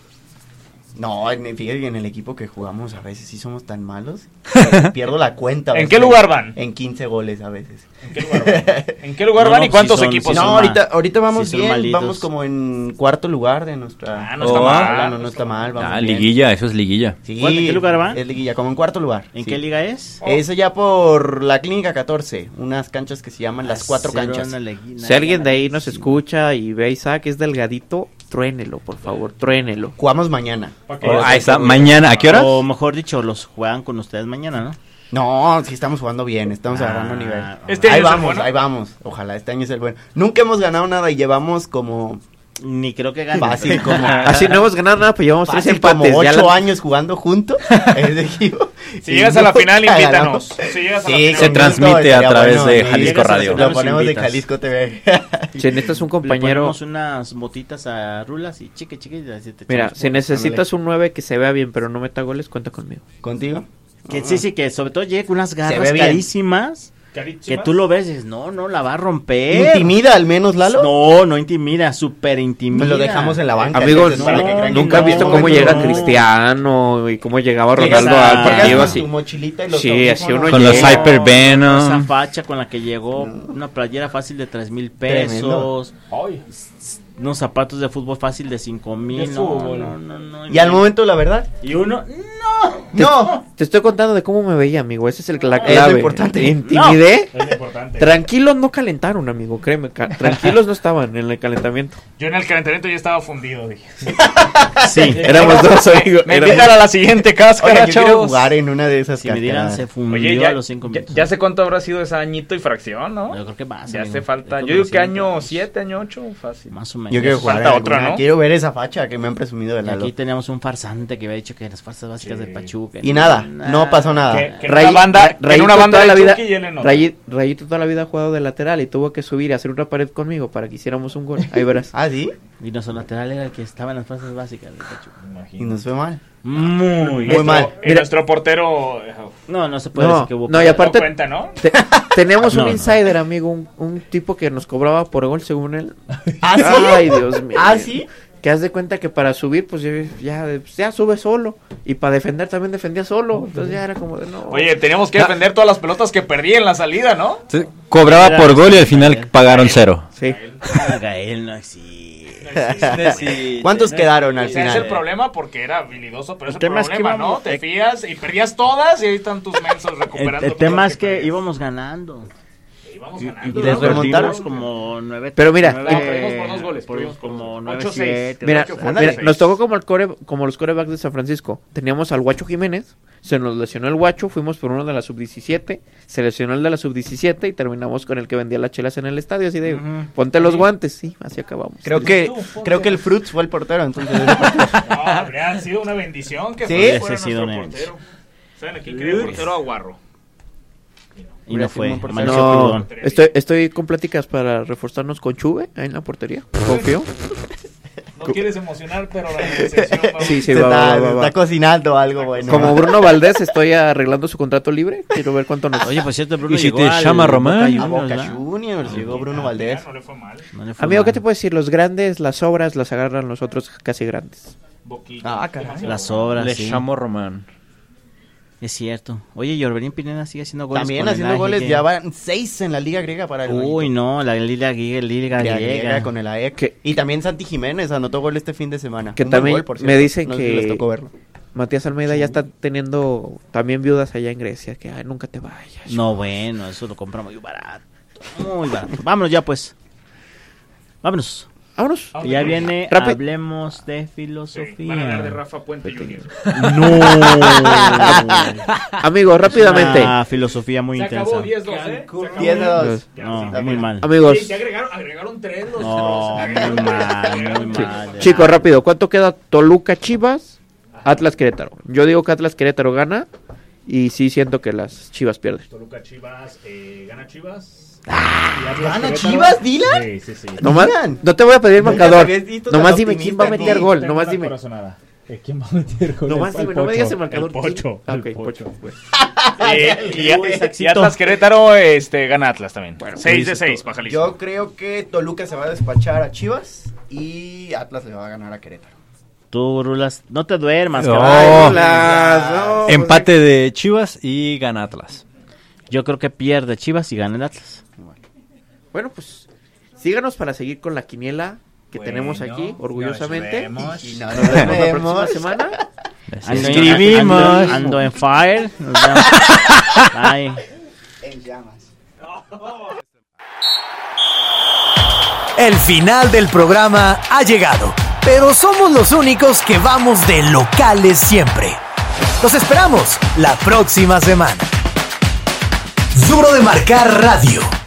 No, en- fíjate que en el equipo que jugamos a veces sí somos tan malos. que Pierdo la cuenta. a
¿En
veces.
qué lugar van?
En 15 goles a veces. ¿En
qué lugar van? ¿En qué lugar van y cuántos equipos?
no,
son?
ahorita, ahorita vamos
sí son
bien.
malitos.
Vamos como en cuarto lugar de nuestra.
Ah, no está
Oh,
mal.
ah, No, no está mal. Vamos
Ah,
bien.
liguilla, eso es liguilla.
Sí,
¿Cuál- en qué lugar van?
Es liguilla, como en cuarto lugar.
¿En
sí.
qué liga
Oh.
es?
Eso ya por la clínica 14, unas canchas que se llaman las cuatro
Ah, Cero
canchas.
en la liguilla.
Si alguien de ahí nos escucha y ve a Isaac, es delgadito, truénelo, por favor, truénelo.
Jugamos mañana.
Oh, ahí está, mañana, ¿a qué horas?
O mejor dicho, los juegan con ustedes mañana, ¿no?
No, sí estamos jugando bien, estamos agarrando
Ah,
nivel.
Este año
ahí
es el
vamos,
bueno.
ahí vamos. Ojalá este año es el bueno. Nunca hemos ganado nada y llevamos como
Ni creo que ganen.
fácil como
Así no hemos ganado nada, pues llevamos tres
fácil
empates.
como
ya
ocho
la-
años jugando juntos. ese equipo,
Si
y
llegas a la
nunca
final, invítanos.
ganamos.
Si llegas a la
Sí,
final,
Se transmite
estaría
a través de
sí.
Jalisco
Llegas a la
Radio.
final, Lo
Nos
ponemos de
invitas.
Jalisco TV.
Si necesitas un
Le
compañero,
ponemos unas botitas a rulas y chique, chique. y así te
mira,
echamos
si
por-
necesitas un 9 que se vea bien, pero no meta goles, cuenta conmigo.
Contigo.
Que sí, sí, que sobre todo llegue con unas garras
ve bien.
carísimas. Que
Carísimas.
tú lo ves y dices, no, no, la va a romper.
Intimida al menos, Lalo.
No, no intimida, súper intimida.
Lo dejamos en la banca.
Amigos,
entonces, para que crean que
nunca has
no,
visto cómo
no,
llega
no.
Cristiano y cómo llegaba
Llegas
Ronaldo
a-
al partido
Llegas con
así.
tu mochilita y los
Sí, así
audífonos.
uno
Con los
llega.
Esa
Hypervenom.
facha con la que llegó, una playera fácil de tres mil
Tremendo.
pesos, unos zapatos de fútbol fácil de cinco mil. No, no, no, no,
Y al momento, la verdad.
Y uno,
mm.
No.
Te estoy contando de cómo me veía, amigo. Esa es el, la
es lo
clave.
importante.
Intimidé.
Es importante.
Tranquilos no calentaron, amigo, créeme. ca- tranquilos no estaban en el calentamiento.
Yo en el calentamiento ya estaba fundido, dije.
sí.
Éramos dos, amigo.
Me
éramos-
invitan a la siguiente
Oye,
cáscara,
yo quiero
chavos.
jugar en una de esas
Si me dieran,
cascaradas.
se fundió
Oye, ya,
a los cinco
ya,
minutos.
ya sé cuánto habrá sido ese añito y fracción, ¿no?
Yo creo que más.
ya
amigo.
hace falta.
Yo
Yo
creo
digo
sí,
que año
pero-
7, año 8, fácil.
Más o menos.
Yo quiero jugar
Falta
en
otra,
alguna.
¿no?
Quiero ver esa facha que me han presumido de
Y
Lalo.
Aquí teníamos un farsante que había dicho que las fuerzas básicas
Sí.
de Pachuca.
Y nada, no pasó nada.
Que- que en
Rayi-
una banda,
Ra-
en una
Rayito
banda
toda la
de
vida-
Chucky y él en otra.
Rayi- Rayito toda la vida ha jugado de lateral y tuvo que subir a hacer una pared conmigo para que hiciéramos un gol. Ahí verás.
Ah, sí.
Y nuestro lateral era el que estaba en las fuerzas básicas de Pachuca.
Y nos fue mal.
Muy
Muy mal.
Nuestro- y nuestro portero eh,
No, no se puede
No,
decir que hubo.
no, y
no
aparte-
cuenta, ¿no?
Te- teníamos
No,
un
no.
insider, amigo, un, un tipo que nos cobraba por gol según él.
¿Ah, sí?
Ay, Dios mío.
¿Ah, sí?
Que haz de cuenta que para subir, pues ya, ya, pues, ya sube solo. Y para defender también defendía solo. Entonces ya era como de no.
Oye, teníamos
Ah.
que defender todas las pelotas que perdí en la salida, ¿no?
Sí, Cobraba por gol y al final pagaron cero.
Sí.
Ah, Gael no existe.
¿Cuántos quedaron al
Ese Es el
final?
problema porque era habilidoso, pero es el,
tema es que
problema, ¿no?
íbamos-
Te fías y perdías todas y ahí están tus mensos
El,
recuperando.
el tema es que íbamos ganando.
Íbamos
Y-
ganando.
Y les
Íbamos
remontaron
ganando.
como nueve.
Pero mira,
nueve-
y-
Perdimos por dos goles,
por
perdimos por
como
dos.
nueve,
8-6.
siete,
Mira,
ocho,
mira,
ándale.
nos tocó como, el core, como los corebacks de San Francisco. Teníamos al Guacho Jiménez, se nos lesionó el Guacho, fuimos por uno de la sub-17, se lesionó el de la sub-17 y terminamos con el que vendía las chelas en el estadio. Así de,
Ujú.
ponte los guantes, sí, así acabamos.
Creo que, creo que el Fruits fue el portero, entonces.
No, habría sido una bendición que
Sí.
Flores
Hubiese
fuera
sido
nuestro
una
portero. ¿Saben aquí quería portero aguarro?
Y no fue. amaneció
No,
perdón.
estoy, estoy con pláticas para reforzarnos con Chuve ahí en la portería. Confío.
No quieres emocionar, pero la decepción va
Sí, sí,
Se
va, va,
está,
va, va.
está cocinando algo bueno.
Como Bruno Valdés, estoy arreglando su contrato libre. Quiero ver cuánto nos.
Oye, por cierto,
Bruno
llegó al Boca
A
Juniors,
Boca
¿verdad?
Juniors llegó Bruno Valdés.
Amigo, ¿qué te puedo decir? Los grandes, las obras las agarran los otros casi grandes.
Ah, caray.
Las obras.
Le
sí.
llamo Román.
Es cierto. Oye, Yorberín Pineda sigue haciendo goles.
También
con el
haciendo
AEG.
goles, ya van seis en la Liga Griega para el
Uy,
Benito.
no, la Liga, Liga, Liga
Liga
griega.
Griega con el AEC. Y también Santi Jiménez anotó gol este fin de semana.
Que
Un buen
también
gol, por
me
cierto.
dicen
No sé si
que
les tocó verlo.
Matías Almeida ya está teniendo también viudas allá en Grecia. Que ay, nunca te vayas.
No, bueno, eso lo compra muy barato. Muy barato. Vámonos ya, pues. Vámonos.
Vámonos.
Que Ya viene,
Rápido.
hablemos de filosofía.
Van a hablar de Rafa Puente Jr.
No.
Amigo, rápidamente.
Una Ah, filosofía muy
Se
intensa.
acabó 10-2, ¿eh? Se acabó
10-2.
No, muy mal.
Amigos.
Sí, se agregaron, agregaron tres los
No,
tres,
muy
agregaron tres.
mal, muy
Sí.
mal.
Chicos, rápido. ¿Cuánto queda Toluca Chivas? Atlas Querétaro. Yo digo que Atlas Querétaro gana. Y sí siento que las Chivas pierden.
Toluca Chivas, eh, gana Chivas.
Ah,
¿Gana Chivas, Dylan?
Sí, sí, sí.
Nomás-
Dylan.
no te voy a pedir
Nunca
marcador.
te habías visto tan
Nomás dime
optimista,
quién va a meter
¿no?
gol.
Tengo
Nomás
una
dime.
corazonada. Eh, ¿Quién va a meter gol?
Nomás
El- el
dime, no me digas el
Pocho,
marcador.
El Pocho.
Ah,
el
ok,
Pocho.
Pocho, güey.
Eh, y,
Uy,
y, y
Saxito.
Atlas Querétaro este, gana Atlas también. 6 de 6 para Jalisco.
Yo creo que Toluca se va a despachar a Chivas y Atlas le va a ganar a Querétaro.
Tú, Rulas, no te duermas,
No.
cabrón.
Empate de Chivas y gana Atlas.
Yo creo que pierde Chivas y gana el Atlas.
Bueno, pues síganos para seguir con la quiniela que tenemos aquí, orgullosamente. Y, y nada, nos vemos la próxima
vemos.
semana.
Ando-
Escribimos.
Ando, ando en fire. Nos vemos. Bye.
En llamas.
El final del programa ha llegado, pero somos los únicos que vamos de locales siempre. Los esperamos la próxima semana. Duro de Marcar Radio.